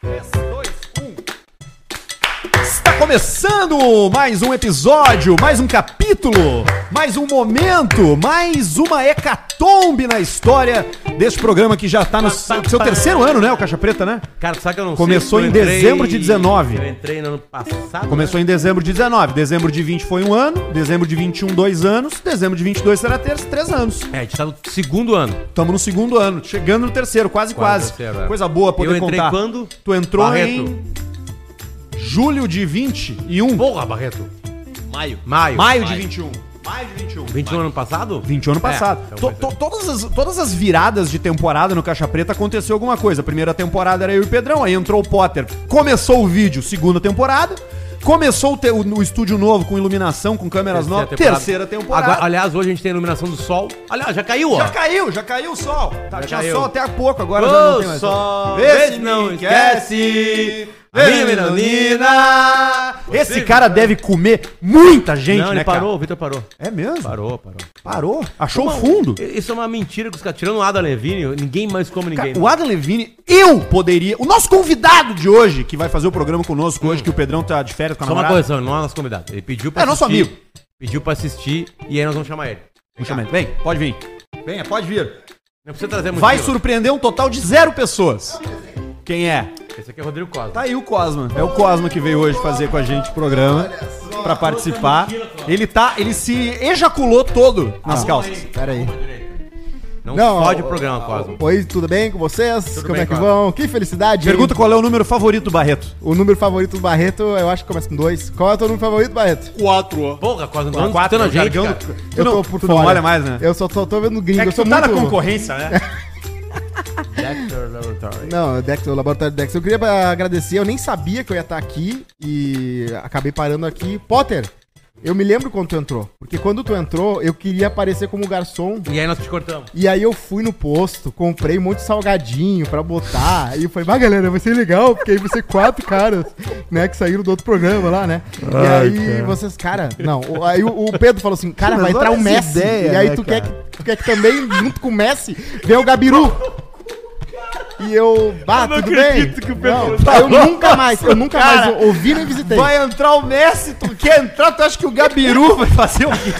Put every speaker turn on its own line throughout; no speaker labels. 3, 2, 1. Está começando mais um episódio, mais um capítulo, mais um momento, mais uma hecatombe na história deste programa que já está no seu seu terceiro ano, né? O Caixa Preta, né?
Cara, sabe que eu não
Começou
sei?
em
porque eu entrei-
dezembro de 19.
Eu entrei no ano passado.
Começou em dezembro de 19, dezembro de 20 foi um ano, dezembro de 21, dois anos, dezembro de 22 será terço, três anos.
né? É, a gente tá no segundo ano.
Estamos no segundo ano, chegando no terceiro, quase quase.
Quase terceiro, é.
Coisa boa poder
Eu entrei
contar.
quando?
Tu entrou
Barreto.
em julho de 21.
Porra, Barreto.
Maio.
Maio.
Maio de 21. Maio de 21.
21 ano passado?
20 um ano passado.
É, então
To-
vai
to- todas, as, todas as viradas de temporada no Caixa Preta aconteceu alguma coisa. A primeira temporada era eu e o Pedrão, aí entrou o Potter, começou o vídeo, segunda temporada. Começou o, te- o- o estúdio novo com iluminação, com câmeras novas. Terceira temporada.
Agora, aliás, hoje a gente tem a iluminação do sol. Aliás, já caiu, ó.
já caiu, já caiu o sol. Tá,
Já
tinha
caiu.
sol até há pouco, agora já não
Ô,
tem mais
sol,
Vê
vê
se
se
não
não
esquece.
esquece,
Vê,
menina
menina. Esse
Você-
cara deve comer muita gente,
não, ele
né,
parou, o Vitor parou.
cara? É mesmo?
Parou, parou.
Parou. Achou o fundo.
Isso é uma mentira que os caras. Tirando o Adam Levine, ninguém mais come ninguém.
Cara, o Adam Levine, eu poderia. O nosso convidado de hoje, que vai fazer o programa conosco hoje, que o Pedrão tá de férias com a
Só uma
namorada.
correção, ele não é nosso convidado. Ele pediu
É nosso amigo.
Pediu pra assistir e aí nós vamos chamar ele.
Vem, chama ele. Vem, pode vir. Venha, pode vir.
Não precisa trazer
Vai
surpresa.
surpreender um total de zero pessoas. Quem é?
Esse aqui é o Rodrigo Costa.
Tá aí o Cosma. É o Cosma que veio hoje fazer com a gente o programa pra participar. Ele tá, ele se ejaculou todo nas calças.
Pera aí.
Não,
Não,
pode o
ó,
programa, Cosmo.
Oi, tudo bem com vocês? Como
bem,
é que
Cosmo.
vão? Que felicidade. hein?
Pergunta qual é o número favorito do Barreto.
O número favorito do Barreto, eu acho que começa com dois. Qual é o teu número favorito, Barreto?
Quatro.
Porra, Cosmo, não
Quatro,
escutando a gente,
jargão
cara.
do- Tu
Eu
não,
tô por
tu
fora.
não olha mais, né?
Eu só tô, tô vendo gringo.
É
eu
que
sou
tu tá na
muito-
concorrência, né?
Não, Dex, o laboratório Dex. Eu queria ah, agradecer, eu nem sabia que eu ia estar aqui e acabei parando aqui. Potter, eu me lembro quando tu entrou. Porque quando tu entrou, eu queria aparecer como garçom.
E aí nós te cortamos.
E aí eu fui no posto, comprei um monte de salgadinho pra botar. E foi, bah, galera, vai ser legal, porque aí vai ser quatro caras, né, que saíram do outro programa lá, né? e aí vocês, cara, não. o- Aí o, o Pedro falou assim, cara,
Mas
vai entrar
olha
o
essa
Messi.
ideia,
e aí
né,
tu,
cara?
quer que, tu quer que também, junto com o Messi, venha o Gabiru. E eu, bah, tudo bem? Não, eu nunca mais, eu nunca mais ouvi nem visitei.
Vai entrar o Messi, tu quer entrar, tu acha que o Gabiru vai fazer o quê?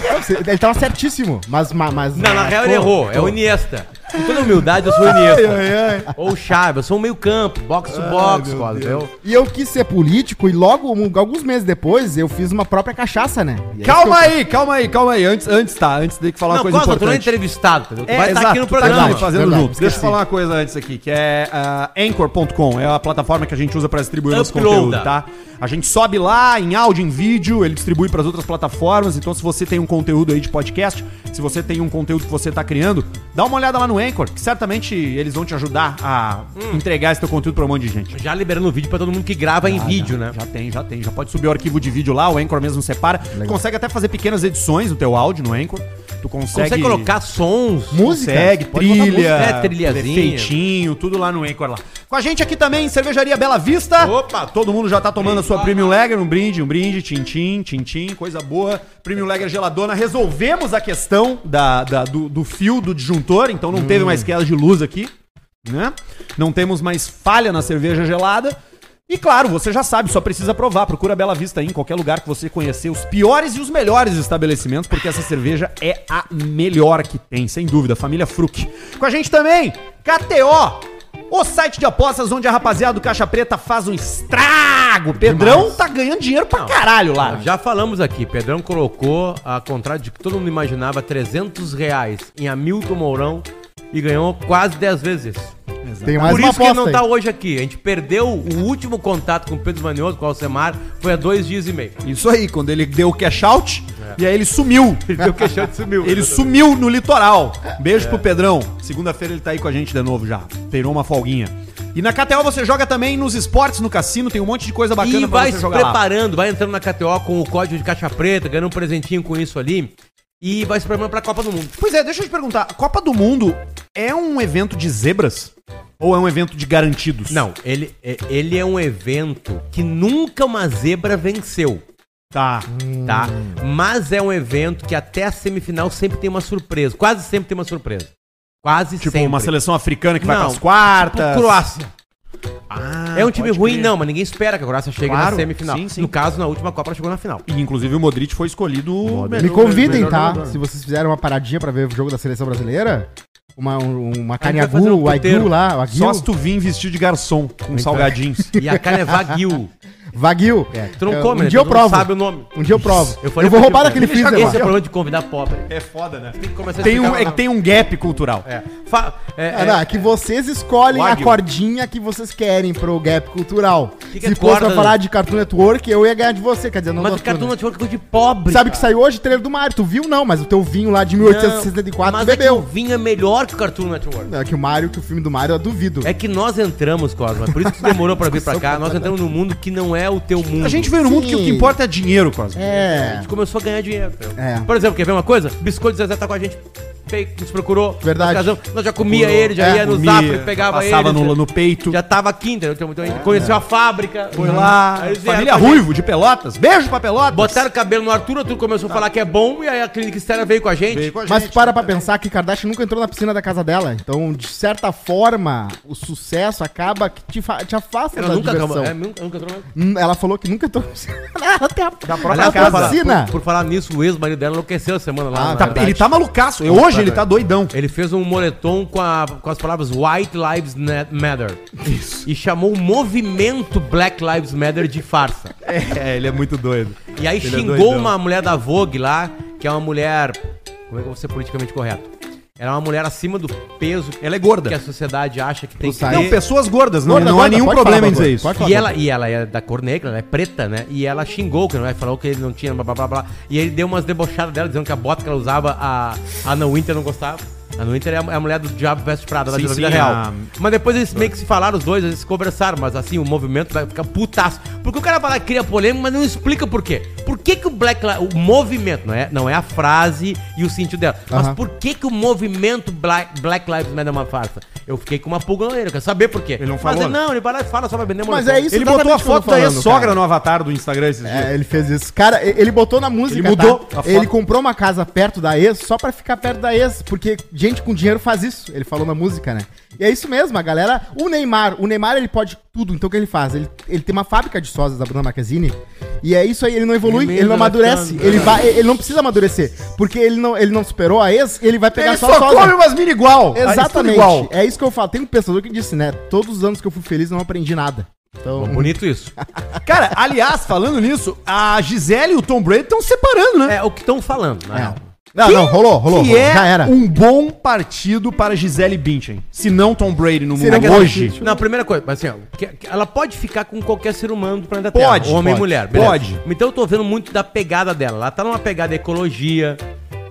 Ele tava certíssimo, mas... mas, mas-
Não, na real ele
pô,
errou. É o Iniesta. Com toda humildade, eu sou o Iniesta. Ou o Xavi, eu sou um meio campo, box to box, Cosmo. Eu-
E eu quis ser político e logo, um- alguns meses depois, eu fiz uma própria cachaça, né? E é isso
Calma
que eu-
aí, calma aí, calma aí. Antes, antes tá, antes de falar uma
Não,
coisa
Cosmo, tu não é
importante.
entrevistado, entendeu? Tu
É,
vai estar
exato,
aqui no
tu tá
programa.
aqui fazendo
Verdade,
junto. Deixa eu
esqueci.
falar uma coisa antes aqui, que é ah, anchor.com, é a plataforma que a gente usa para distribuir nosso
Uploada.
conteúdo, tá? A gente sobe lá em áudio, em vídeo, ele distribui para as outras plataformas. Então, se você tem um conteúdo aí de podcast, se você tem um conteúdo que você tá criando, dá uma olhada lá no Anchor, que certamente eles vão te ajudar a entregar esse teu conteúdo para um monte de gente.
Já liberando o vídeo pra todo mundo que grava em vídeo, né?
Ah, Já tem, já tem. Já pode subir o arquivo de vídeo lá, o Anchor mesmo separa. Tu consegue até fazer pequenas edições no teu áudio no Anchor. Tu consegue,
Consegue colocar sons.
Música?
Consegue,
Pode botar
trilha,
música.
É, trilhazinha.
defeitinho, tudo lá no Anchor lá. Com a gente aqui também, Cervejaria Bela Vista.
Opa!
Todo mundo já tá tomando a sua Premium Lager, um brinde, um brinde, tintim, tintim, coisa boa. Premium Lager geladona. Resolvemos a questão da, da- do, do fio do disjuntor, então não teve mais queda de luz aqui, né? Não temos mais falha na cerveja gelada. E claro, você já sabe, só precisa provar. Procura Bela Vista aí em qualquer lugar que você conhecer os piores e os melhores estabelecimentos, porque essa cerveja é a melhor que tem, sem dúvida. Família Fruc. Com a gente também, KTO. O site de apostas onde a rapaziada do Caixa Preta faz um estrago. Pedrão tá ganhando dinheiro pra caralho lá.
Ah, Já falamos aqui, Pedrão colocou a contrário de que todo mundo imaginava 300 reais em Hamilton Mourão e ganhou quase 10 vezes isso.
Tem mais
Por
uma
isso que ele
aposta
não
aí.
tá hoje aqui. A gente perdeu o último contato com o Pedro Manioso, com o Alcemar, foi há dois dias e meio.
Isso aí, quando ele deu o cash out,
É.
e aí ele sumiu.
Perdeu o queixão de sumiu.
Ele sumiu no litoral.
É.
Beijo pro Pedrão. Segunda-feira ele tá aí com a gente de novo já. Tirou uma folguinha. E na KTO você joga também nos esportes, no cassino, tem um monte de coisa bacana
E vai
você
se
jogar lá.
preparando, vai entrando na KTO com o código de caixa preta, ganhando um presentinho com isso ali. E vai se preparando pra Copa do Mundo.
Pois é, deixa eu te perguntar, a Copa do Mundo é um evento de zebras? Ou é um evento de garantidos?
Não, ele, é- ele é um evento que nunca uma zebra venceu.
Tá.
tá?
Hum.
Mas é um evento que até a semifinal sempre tem uma surpresa. Quase sempre tem uma surpresa. Quase
Tipo,
sempre.
uma seleção africana que vai
Não,
pras quartas.
Tipo, Croácia.
Ah,
é um time
pode
ruim,
crer.
não, mas ninguém espera que a Croácia chegue
Claro,
na semifinal.
sim, sim.
No caso, na última Copa, ela chegou na final.
E, inclusive, o Modric foi escolhido... o
Me
melhor-
convidem,
melhor
tá?
jogador.
Se vocês fizerem uma paradinha pra ver o jogo da seleção brasileira, uma, um-
vai
uma
fazer
Canhagu,
um
o Aguil
puteiro.
lá, o Aguil,
Só se tu vir vestido de garçom, com salgadinhos.
E a cara é Vaguil.
Vaguil.
Tu não
É,
come,
um
né?
dia eu
Tu não
provo.
sabe o nome.
Um dia eu provo. Eu,
falei
vou
pra ti,
roubar
mano.
daquele freezer
Esse é o
lá.
problema de convidar pobre.
É foda, né?
Tem que começar a
Tem um,
explicar
é que tem um gap cultural.
É. Fa- é,
É,
é-
não, é que vocês escolhem
O
a
Águil.
cordinha que vocês querem pro gap cultural.
Que que é
Se fosse pra
corda?
falar de Cartoon Network, eu ia ganhar de você, quer dizer, não
mas
do
o Cartoon
Arthur, né?
Network é coisa de pobre.
Sabe que
cara.
saiu hoje o trailer do Mario, tu viu? Não, mas o teu vinho lá de
Não,
1864 tu
mas É que o
bebeu.
vinho é melhor que o Cartoon Network.
É que o Mario, que o filme do Mario, eu duvido.
É que nós entramos, Cosma. Por isso que tu demorou pra vir pra cá. Nós entramos num mundo que não é o teu mundo.
A gente veio no mundo que o que
Sim.
importa é dinheiro, quase.
A
É,
gente começou a ganhar dinheiro.
É.
Por exemplo, quer ver uma coisa? Biscoito Zezé tá com a gente. Fake, nos procurou.
Verdade.
Nós, casamos, nós já comia ele, já
É,
ia no
Comia,
zap, pegava
passava
ele.
no,
já-
no peito.
Já tava aqui, entendeu? Então, então, conheceu a fábrica. Uhum.
Foi lá.
Aí eles vieram
Família
pra gente.
Ruivo, de Pelotas. Beijo pra Pelotas.
Botaram o cabelo no Arthur, o Arthur começou a falar que é bom e aí a clínica externa veio com a gente. né?
Veio com a
mas
gente.
para pra pensar que Kardashian nunca entrou na piscina da casa dela. Então, de certa forma, o sucesso acaba que te, fa- te afasta
Ela
da
nunca
diversão.
acabou. É, nunca, nunca entrou na-
Hum, Ela falou que nunca entrou na piscina. Ela tem a
Da
Olha
própria
Cara,
a
casa.
fala-
Patrocina.
por, por falar nisso, o ex-marido dela enlouqueceu a semana lá. né?
Ah,
na
tá,
verdade.
Ele tá malucaço. Hoje ele tá doidão.
Ele fez um moletom com, a- com as palavras White Lives Na- Matter. Isso. E chamou o movimento Black Lives Matter de farsa.
É, ele é muito doido.
E aí
Ele é
xingou
doidão.
uma mulher da Vogue lá, que é uma mulher. Como é que eu vou ser politicamente correto? Era uma mulher acima do peso
Ela é gorda.
que a sociedade acha que tem que
Pro
Não,
ter.
pessoas gordas. Não,
Gorda,
não há
gorda,
nenhum
pode
problema
falar,
em dizer
gorda,
isso.
pode falar.
E ela, e ela é da cor negra, ela é preta, né? E ela xingou que não é, falou que ele não tinha blá blá blá blá. E ele deu umas debochadas dela, dizendo que a bota que ela usava, a, a Ana Winter não gostava. A Ana Winter é a, é a mulher do Diabo Veste Prada, lá
Sim,
de
sim,
vida real.
a-
Mas depois eles meio que se falaram, os dois, eles se conversaram, mas assim, o movimento vai ficar putaço. Porque o cara fala que cria polêmica, mas não explica por quê. Por que, que o Black Li- o movimento, não é, não é a frase e o sentido dela,
Aham.
mas por que que o movimento Black, Black Lives Matter é uma farsa? Eu fiquei com uma pulga na orelha, eu quero saber por quê.
Ele não
Mas é,
falou, né?
não, ele vai lá e fala só pra vender
Mas
moletom.
é isso
Ele
exatamente
botou a
o que eu tô
fogra da
falando,
ex-sogra
cara.
no avatar do Instagram esses dias.
É, ele fez isso. Cara, e- ele botou na música.
Ele mudou
tá?
a foto.
Ele comprou uma casa perto da ex só pra ficar perto da ex, porque gente com dinheiro faz isso. Ele falou na música, né? E é isso mesmo, a galera. O Neymar, o Neymar ele pode tudo, então o que ele faz? Ele, ele tem uma fábrica de sósias da Bruna Marquezine. E é isso aí, ele não evolui, ele,
né?
Ele
não
mesmo
amadurece.
gastando.
Ele, vai, ele não precisa amadurecer, porque ele não, ele não superou a ex, ele vai pegar
Ele
só a
só come um
sósia.
umas mini igual.
Exatamente.
Igual.
É isso que eu falo. Tem um pensador que disse, né? Todos os anos que eu fui feliz, eu não aprendi nada. Então,
Bonito isso.
Cara, aliás, falando nisso, a Gisele e o Tom Brady estão separando, né?
É o que estão falando, na real.
é. Não, não, rolou, rolou,
Que
rolou,
é
já era.
um bom partido para Gisele Bündchen. Se não Tom Brady no mundo
Seria um
hoje.
Não, a primeira coisa, mas assim, ó, que- que ela pode ficar com qualquer ser humano do planeta
Pode,
Terra, homem
pode,
e mulher.
pode.
Então eu tô vendo muito da pegada dela. Ela tá numa pegada ecologia,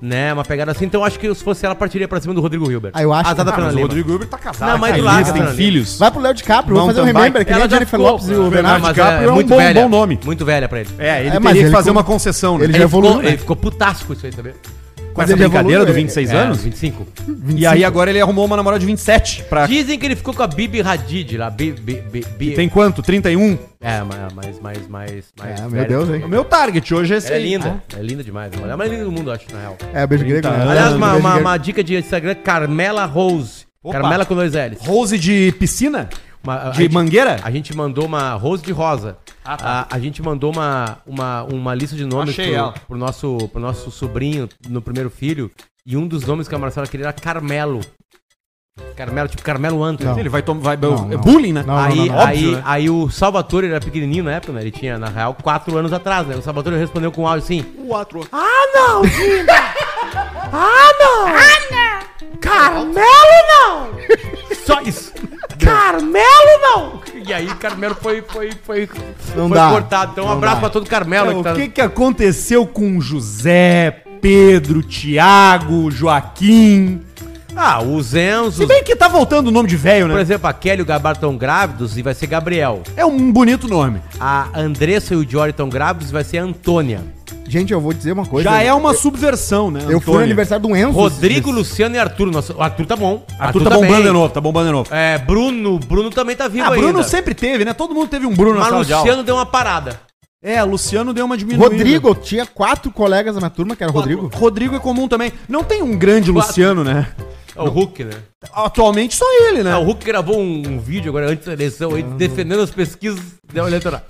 né? Uma pegada assim. Então eu acho que se fosse ela, partiria pra cima do Rodrigo Hilbert.
Ah, eu acho
Azada
que-
pela
Mas o
Lima.
Rodrigo Hilbert tá casado.
Não, mas
tá
do
feliz,
lado,
tem
né?
filhos.
Vai pro Léo DiCaprio, vamos fazer um
Mountain bike.
remember, que nem a Jennifer
ficou-
Lopes e o
Não,
Leonardo
mas é-
DiCaprio.
é,
um
muito
bom-
velha.
bom nome.
Muito velha pra ele.
É, ele
É, mas
teria que
ele
fazer
com-
uma concessão, né?
ele
Ele
já evoluiu,
ficou,
né?
ele ficou putaço com isso aí, sabia?
Com essa
ele
brincadeira do
evoluiu,
26
É,
anos?
25.
E aí agora ele arrumou uma namorada de 27. Pra...
Dizem que ele ficou com a Bibi Hadid lá. Bi, bi, bi, bi-
Tem quanto? 31?
É, mais, mais, mais, mais. mais
É, meu
velha.
Deus,
O
hein?
meu target hoje é esse
Ela é
aí.
linda. Ela é linda demais. Ela é a mais linda do mundo, eu acho, na real.
É, beijo grego, né?
anos.
Aliás,
Ah,
uma,
beijo
uma,
grego.
uma dica de Instagram, Carmela Rose.
Opa.
Carmela com dois L's.
Rose de piscina?
Uma- a- a
De
gente-
mangueira?
A gente mandou uma. Rose de Rosa.
Ah, tá.
a, a gente mandou uma, uma, uma lista de nomes
Achei
pro,
ela.
pro nosso, pro nosso sobrinho, no primeiro filho. E um dos nomes que a Marcela queria era Carmelo. Carmelo, tipo Carmelo Antônio.
Não.
Ele vai tomar. Vai,
Não,
é
não.
bullying, né?
Não,
aí, aí,
Óbvio, né?
aí o Salvatore era pequenininho na época, né? Ele tinha, na real, quatro anos atrás, né? O Salvatore respondeu com um áudio assim:
Quatro.
Ah, não, Gina! ah, não! Ah, não! Carmelo, não! Só isso. Carmelo, não! E aí, Carmelo foi, foi, foi,
Não
foi
dá.
cortado. Então, um
Não
abraço
dá.
pra todo Carmelo
É,
que
o
tá...
que, que aconteceu com José, Pedro, Tiago, Joaquim?
Ah, o Zenzo.
Se bem que tá voltando o nome de velho,
Por
né?
exemplo, a Kelly e o Gabar estão grávidos e vai ser Gabriel.
É um bonito nome.
A Andressa e o Jory estão grávidos e vai ser Antônia.
Gente, eu vou dizer uma coisa.
Já é uma subversão, né?
Eu fui no aniversário do Enzo.
Rodrigo, Luciano e Arthur. Nossa, o Arthur tá bom.
Arthur, tá bombando
bem.
de novo, tá bombando de novo.
É, Bruno. Bruno também tá vivo
ah, Bruno
ainda.
sempre teve, né? Todo mundo teve um Bruno na
Mas
sala de aula.
Luciano deu uma parada.
É, Luciano deu uma diminuída.
Rodrigo, eu tinha quatro colegas na minha turma, que era o Rodrigo.
Rodrigo é comum também. Não tem um grande Luciano, né?
É o Hulk, né?
Atualmente só ele, né?
Ah, o Hulk gravou um, um vídeo agora antes da eleição aí, defendendo as pesquisas da eleitoral.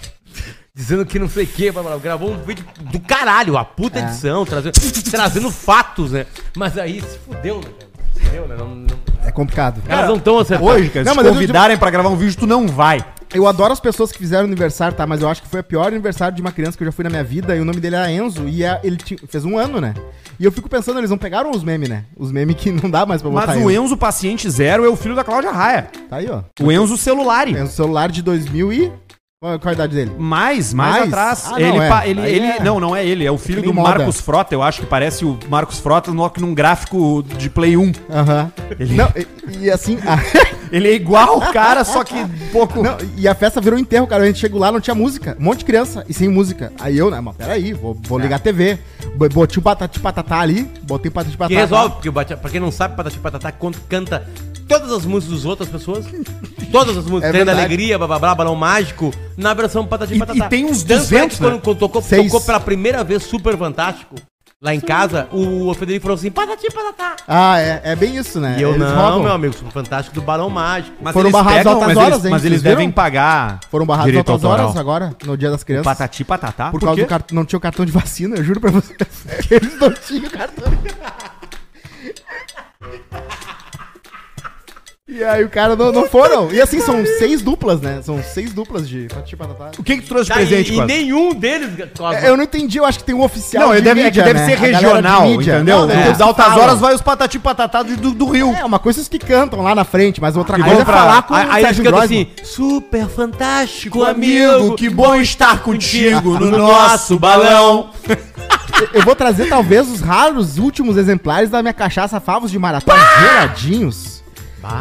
Dizendo que não sei o que, blá, blá, blá. gravou um vídeo do caralho, a puta edição, trazendo, trazendo fatos, né? Mas aí se fudeu, né? cara? Se fudeu, né? Não, não- os
É complicado.
caras não estão acertando.
Hoje, cara,
Não,
se
mas eu-
convidarem pra gravar um vídeo, tu não vai.
Eu adoro as pessoas que fizeram aniversário, tá? Mas eu acho que foi o pior aniversário de uma criança que eu já fui na minha vida. E o nome dele era Enzo. E é- ele ti- fez um ano, né? E eu fico pensando, eles não pegaram os memes, né? Os memes que não dá mais pra botar
Mas o Enzo Paciente Zero é o filho da Cláudia Raia.
Tá aí, ó.
O Enzo Celular.
Enzo celular de 2000 e... Qual qual a idade dele?
Mais, mais
Mais?
atrás.
Ah, não,
ele,
é.
pa- ele,
Aí
ele-
é.
Não, não é ele. É o filho
Ele
do
moda.
Marcos Frota, eu acho que parece o Marcos Frota no, num gráfico de Play 1.
Aham.
Ele-
Não, e, e assim... a-
Ele é igual o cara, só que um pouco.
não, e a festa virou um enterro, cara. A gente chegou lá, não tinha música. Um monte de criança. E sem música. Aí eu, né? Mas peraí, vou, vou
Tá.
ligar a TV. Bo- Botei o patati patatá ali. Botei o patati
Que
patatá.
resolve, porque o Bati- pra quem não sabe, Patati Patatá quando canta todas as músicas dos outras pessoas, todas as músicas,
É
Trem da
verdade.
Alegria, blá, blá, blá, Balão Mágico, na versão Patati
E-
Patatá.
e tem uns
Tanto é que
200, né?
quando tocou,
Seis.
tocou pela primeira vez Super Fantástico, lá em casa, o Federico falou assim, Patati Patatá.
Ah, é, é bem isso, né?
E eu,
Eles
não,
roubam.
meu amigo, Super Fantástico do Balão Mágico.
Mas
Foram barrados altas
mas
horas,
eles,
hein?
Mas eles
Vocês viram?
devem pagar.
Foram barrados
direito
altas
autoral.
horas agora, no dia das crianças.
Patati patatá.
Por causa
quê?
do cartão. Não tinha o cartão de vacina, eu juro pra vocês. Eles não tinham o cartão de E aí o cara não, não foram. E assim, são seis duplas, né? São seis duplas de Patati Patatá.
O que, que tu trouxe de
Tá,
presente,
e, e
Cosma?
nenhum deles, Cosma.
É, Eu não entendi, eu acho que tem um oficial.
Não, ele
de
deve, é que
mídia,
deve
né?
ser
A galera de
regional,
mídia.
entendeu?
Não, né? deve ter
Nas
os
altas
falam.
horas vai os patati patatá do, do Rio.
É, uma coisa é os que cantam lá na frente, mas outra
Que
coisa
vão
é
pra-
falar com
Aí, aí eles cantam
Grossman.
assim, super fantástico,
Com
amigo, que
bom estar contigo no nosso balão.
Eu vou trazer talvez os raros últimos exemplares da minha cachaça Favos de Maratá geladinhos.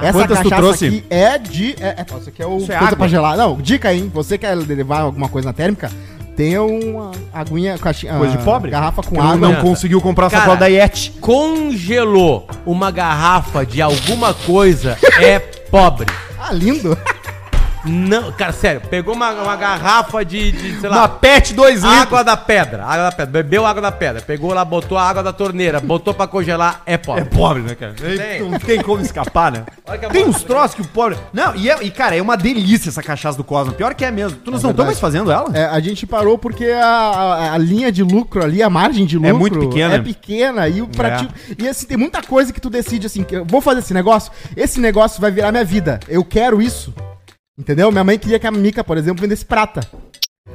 Essa
Quantas tu
cachaça
trouxe?
aqui é de. É, é, isso aqui é o
Isso é
coisa
água.
pra gelar. Não, dica, hein? Você quer levar alguma coisa na térmica? Tenha uma aguinha. Caixinha,
Coisa de
ah,
pobre?
Garrafa com
Eu
água.
não é. conseguiu comprar o
Cara,
sapato da Yeti.
congelou uma garrafa de alguma coisa é pobre.
Ah, lindo.
Não, cara, sério, pegou uma, uma garrafa de, de, sei
Uma
lá,
PET 2 litros.
água da pedra, água da pedra, bebeu água da pedra, pegou lá, botou a água da torneira, botou pra congelar, é
É
pobre.
pobre, né, cara?
Tem.
Não tem como escapar, né?
Olha que
Tem
bosta,
uns troços que o pobre. Não, e, é- e, cara, é uma delícia essa cachaça do Cosmo. Pior que é mesmo. Tu nós não estão
verdade.
mais fazendo ela?
É, a gente parou porque a, a- a linha de lucro ali, a margem de lucro.
muito pequena. É.
É pequena. E, o prati- e assim, tem muita coisa que tu decide assim: que eu vou fazer esse negócio, esse negócio vai virar minha vida. Eu quero isso. Entendeu? Minha mãe queria que a Mica, por exemplo, vendesse prata.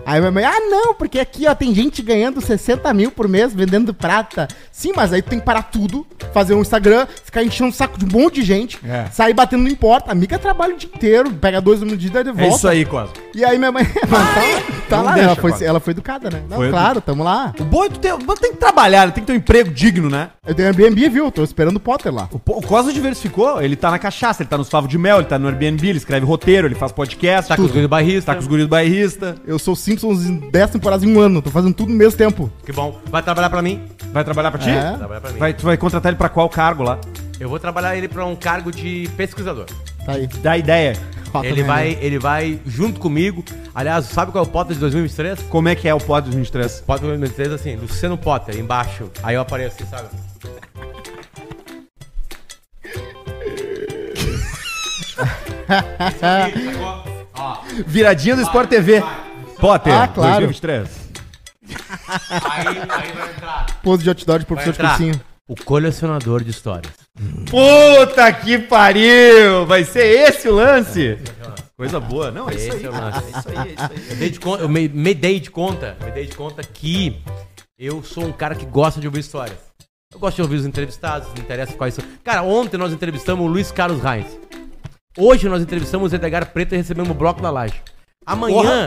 Aí minha mãe, ah não, porque aqui ó, tem gente ganhando 60 mil por mês vendendo prata. Sim, mas aí tu tem que parar tudo, fazer um Instagram, ficar enchendo o saco de um monte de gente,
É.
sair batendo, não importa. A Mica trabalha o dia inteiro, pega dois no dia e
É
volta.
aí, Cosmo.
E aí minha mãe. Mas tá, tá
Não
lá,
deixa,
ela, foi,
Cosmo.
ela foi educada, né? Não,
Foi
claro, tamo lá.
O bom é tu ter. Mas tem que trabalhar, né? tem que ter um emprego digno, né?
Eu tenho Airbnb, viu? Tô esperando o Potter lá.
O, po- o Cosmo diversificou, ele tá na cachaça, ele tá nos favos de mel, ele tá no Airbnb, ele escreve roteiro, ele faz podcast,
Tá com os guris barristas,
tá com os guris do bairrista,
Eu sou Simpsons em 10 temporadas em um ano, tô fazendo tudo no mesmo tempo.
que bom. Vai trabalhar pra mim?
vai trabalhar pra ti?
É.
Trabalhar pra mim.
Vai, tu vai contratar ele pra qual cargo lá?
Eu vou trabalhar ele pra um cargo de pesquisador.
Tá aí. né?
Dá ideia.
Rota
ele
minha
vai,
vida.
ele vai junto comigo. Aliás, sabe qual é o Potter de 2023?
Como é que é o pod 23?
Potter 2023 assim, Luciano Potter, embaixo. Aí eu apareço assim, sabe? tá
Viradinha do Sport TV. Potter,
Ah, claro.
2023.
Aí, aí vai entrar.
Pose de outdoor de professor de cursinho.
o colecionador de histórias.
Puta que pariu! Vai ser esse o lance? Coisa boa. Não, é isso aí.
Esse é o lance.
Isso aí, isso aí.
Eu, dei de con- eu me, me dei de conta, me dei de conta que eu sou um cara que gosta de ouvir histórias. Eu gosto de ouvir os entrevistados, não interessa quais são. Cara, ontem nós entrevistamos o Luiz Carlos Reis. Hoje nós entrevistamos o Edgar Preto e recebemos o Bloco da Laje. Amanhã,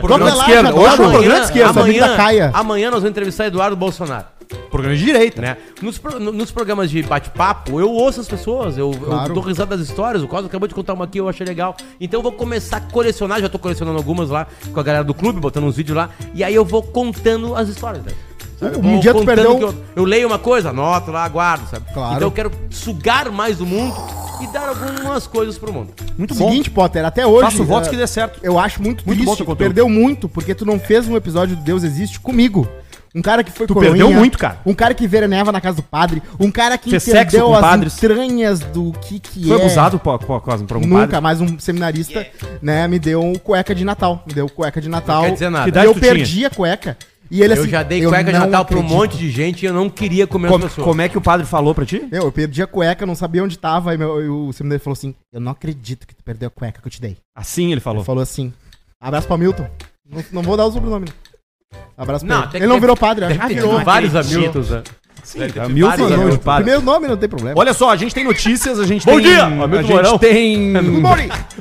Porra, programa de
Programa
esquerda. Hoje
lá,
é
programa
um programa de
amanhã,
esquerda.
Essa vida
amanhã,
caia.
amanhã nós vamos entrevistar Eduardo Bolsonaro.
Programa de direita.
né? Nos, pro- no- nos programas de bate-papo, eu ouço as pessoas, eu, eu
Claro.
dou risada das histórias. O Cosmo acabou de contar uma aqui, eu achei legal. Então eu vou começar a colecionar, já tô colecionando algumas lá com a galera do clube, botando uns vídeos lá. E aí eu vou contando as histórias, velho. Sabe?
Um
Vou
dia tu
contando
perdeu-
que Eu, eu leio uma coisa, anoto lá, guardo, sabe?
Claro.
Então eu quero sugar mais o mundo e dar algumas coisas pro mundo.
Muito
Seguinte, Potter, até hoje.
Faço votos
eh,
que dê certo.
Eu acho muito,
Muito bom
triste,
teu
que
conteúdo.
perdeu muito, porque tu não fez um episódio do Deus Existe comigo. Um cara que foi
Tu perdeu muito, cara.
Um cara que veraneava na casa do padre. Um cara que
Fez sexo com
as
padres.
entranhas do que que
Foi
é.
abusado por, por, por, por algum
Nunca,
padre?
mas um seminarista, né, me deu um cueca de Natal. Me deu cueca de Natal.
quer dizer nada.
Que
E
idade
eu
tu
perdi
tinha?
a cueca. E ele
eu
assim,
já dei cueca de
não
Natal pra um
acredito.
monte de gente e eu não queria comer as
Como,
pessoas.
como é que o padre falou pra ti?
Meu, eu perdi a cueca, não sabia onde tava. E, meu, e o seminarista falou assim: Eu não acredito que tu perdeu a cueca que eu te dei.
Assim ele falou.
Ele falou assim: Abraço pra Milton. Não, não vou dar o sobrenome. Abraço pra
Não,
ele.
até
Ele
que
não
deve-
virou padre, acho
Deve
que
ter
virou.
tido vários
Acredito.
amigos. né? Deve ter
a
tido
mil foi
vários
o nome
amigos.
do padre.
Primeiro nome não tem problema.
Olha só, a gente tem notícias, a gente
Bom
tem.
dia,
a
amigo
gente
Mourão.
tem.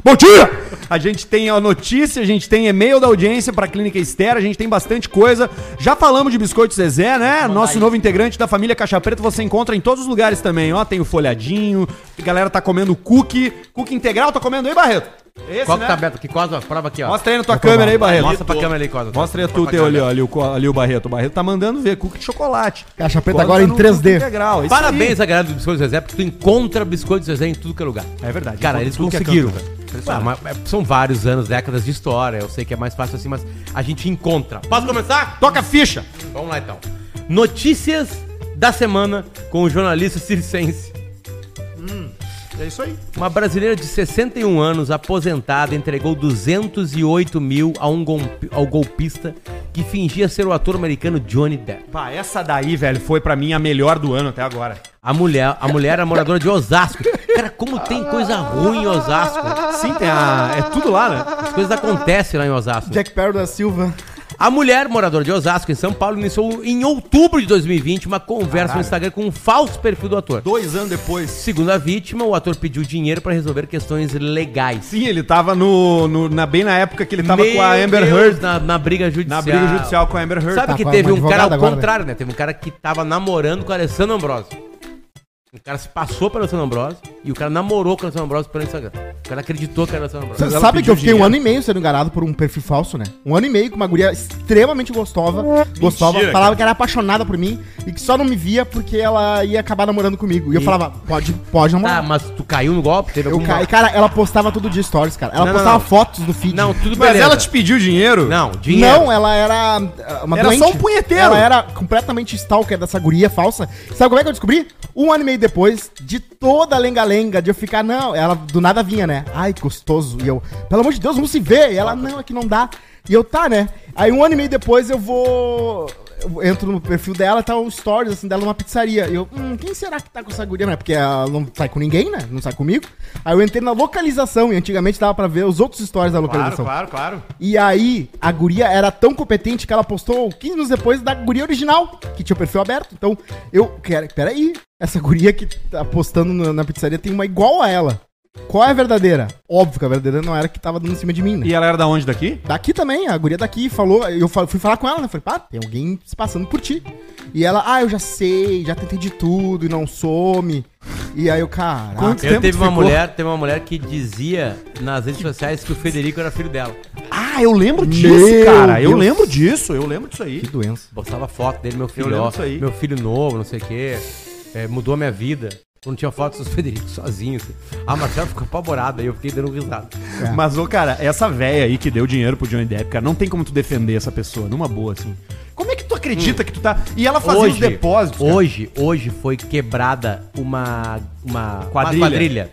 Bom dia! A gente tem a notícia, a gente tem e-mail da audiência pra Clínica Estera, a gente tem bastante coisa. Já falamos de Biscoito Zezé, né? Nosso novo integrante da família Caixa Preta, você encontra em todos os lugares também, ó. Tem o folhadinho, a galera tá comendo cookie. Cookie integral, tá comendo aí, Barreto? Esse,
Qual que
né?
tá aberto? Que coisa? Prova aqui, ó.
Mostra aí na tua câmera aí, Barreto.
Mostra pra câmera ali, Cosa.
Mostra aí tu teu ali, ó, ali, o, co- ali o Barreto. O Barreto tá mandando ver cookie de chocolate.
Caixa Preta
Cola
agora em
no
3D.
cookie Integral. é isso aí.
Parabéns à galera do Biscoito Zezé, porque tu encontra Biscoito Zezé em tudo que é lugar.
É verdade.
Cara,
enquanto
eles
tudo que é
conseguiram.
canto, velho.
Ah, mas- mas são vários anos, décadas de história. Eu sei que é mais fácil assim, mas a gente encontra. Posso começar?
Toca a ficha!
Vamos lá então. Notícias da semana com o jornalista circense.
É isso aí.
Uma brasileira de 61 anos, aposentada, entregou 208 mil a um golpi- ao golpista que fingia ser o ator americano Johnny Depp.
Pá, essa daí, velho, foi pra mim a melhor do ano até agora.
A mulher, a mulher era moradora de Osasco. Cara, como tem coisa ruim em Osasco.
Sim, tem a... é tudo lá, né?
As coisas acontecem lá em Osasco.
Jack Perry da Silva.
A mulher, moradora de Osasco, em São Paulo, iniciou em outubro de 2020 uma conversa no Instagram com um falso perfil do ator.
Dois anos depois.
Segundo a vítima, o ator pediu dinheiro para resolver questões legais.
Sim, ele tava no, no- na, bem na época que ele tava
Meu
com a Amber
Deus,
Heard.
na, na briga judicial.
Na briga judicial com a Amber Heard.
Sabe
Tá
que
com
teve
uma
um cara ao
advogada agora,
contrário, né? Teve um cara que tava namorando com o Alessandro Ambrosio. O cara se passou pelo Alessandro Ambrosio e o cara namorou com o Alessandro Ambrosio pelo Instagram. O cara acreditou que era o Alessandro
Você
Ambrosio.
ela
sabe que
pediu
eu fiquei um
dinheiro.
ano e meio sendo enganado por um perfil falso, né? Um ano e meio com uma guria extremamente gostosa. Gostava,
cara.
falava que era apaixonada por mim e que só não me via porque ela ia acabar namorando comigo. E, eu falava, pode, pode
Tá,
namorar.
mas tu caiu no golpe? Teve
eu
alguma...
caí. Cara, ela postava todo dia stories, cara. Ela
Ah, Não, não,
postava
não.
fotos no feed.
Não, tudo
Mas
beleza.
ela te é- pediu dinheiro?
Não, dinheiro.
Não, ela era ah, uma
Era
doente.
só um punheteiro.
Ela era completamente stalker dessa guria falsa. Sabe como é que eu descobri? Um ano e meio depois de toda a lenga-lenga, de eu ficar, não, ela do nada vinha, né? Ai, gostoso. E eu, pelo amor de Deus, vamos se ver. E ela, não, é que não dá. E eu, tá, né? Aí um ano e meio depois eu vou... eu entro no perfil dela, tá um stories, assim, dela numa pizzaria. E eu, hum, quem será que tá com essa guria? né? Porque ela não sai com ninguém, né? Não sai comigo. Aí eu entrei na localização, e antigamente dava pra ver os outros stories da localização.
claro, claro.
E aí, a guria era tão competente que ela postou 15 anos depois da guria original, que tinha o perfil aberto. Então, eu quero. Peraí, essa guria que tá postando na, na pizzaria tem uma igual a ela. Qual é a verdadeira? Óbvio que a verdadeira não era a que tava dando em cima de mim, né?
E ela era da onde daqui?
Daqui também, a guria daqui falou, eu fa- fui falar com ela, né? Falei, pá, tem alguém se passando por ti. E ela, ah, eu já sei, já tentei de tudo e não some. E aí eu, cara.
Quanto
Eu
tempo
teve
tu
uma
ficou?
mulher, teve uma mulher que dizia nas redes sociais que o Federico era filho dela.
Ah, eu lembro
Meu
Eu
Deus.
lembro disso, eu lembro disso aí.
Que doença.
Postava foto dele, meu filho,
lembro
ó,
disso aí.
meu filho novo, não sei o quê. É, mudou a minha vida. Quando tinha fotos dos Federico assim. Ah, sozinhos. A Marcela ficou apavorada e eu fiquei dando risada.
É.
Mas, ô, cara, essa véia aí que deu dinheiro pro Johnny Depp, cara, não tem como tu defender essa pessoa, numa boa, assim. Como é que tu acredita que tu tá. E ela fazia os depósitos. cara.
Hoje, hoje foi quebrada uma, uma
Quadrilha.
uma quadrilha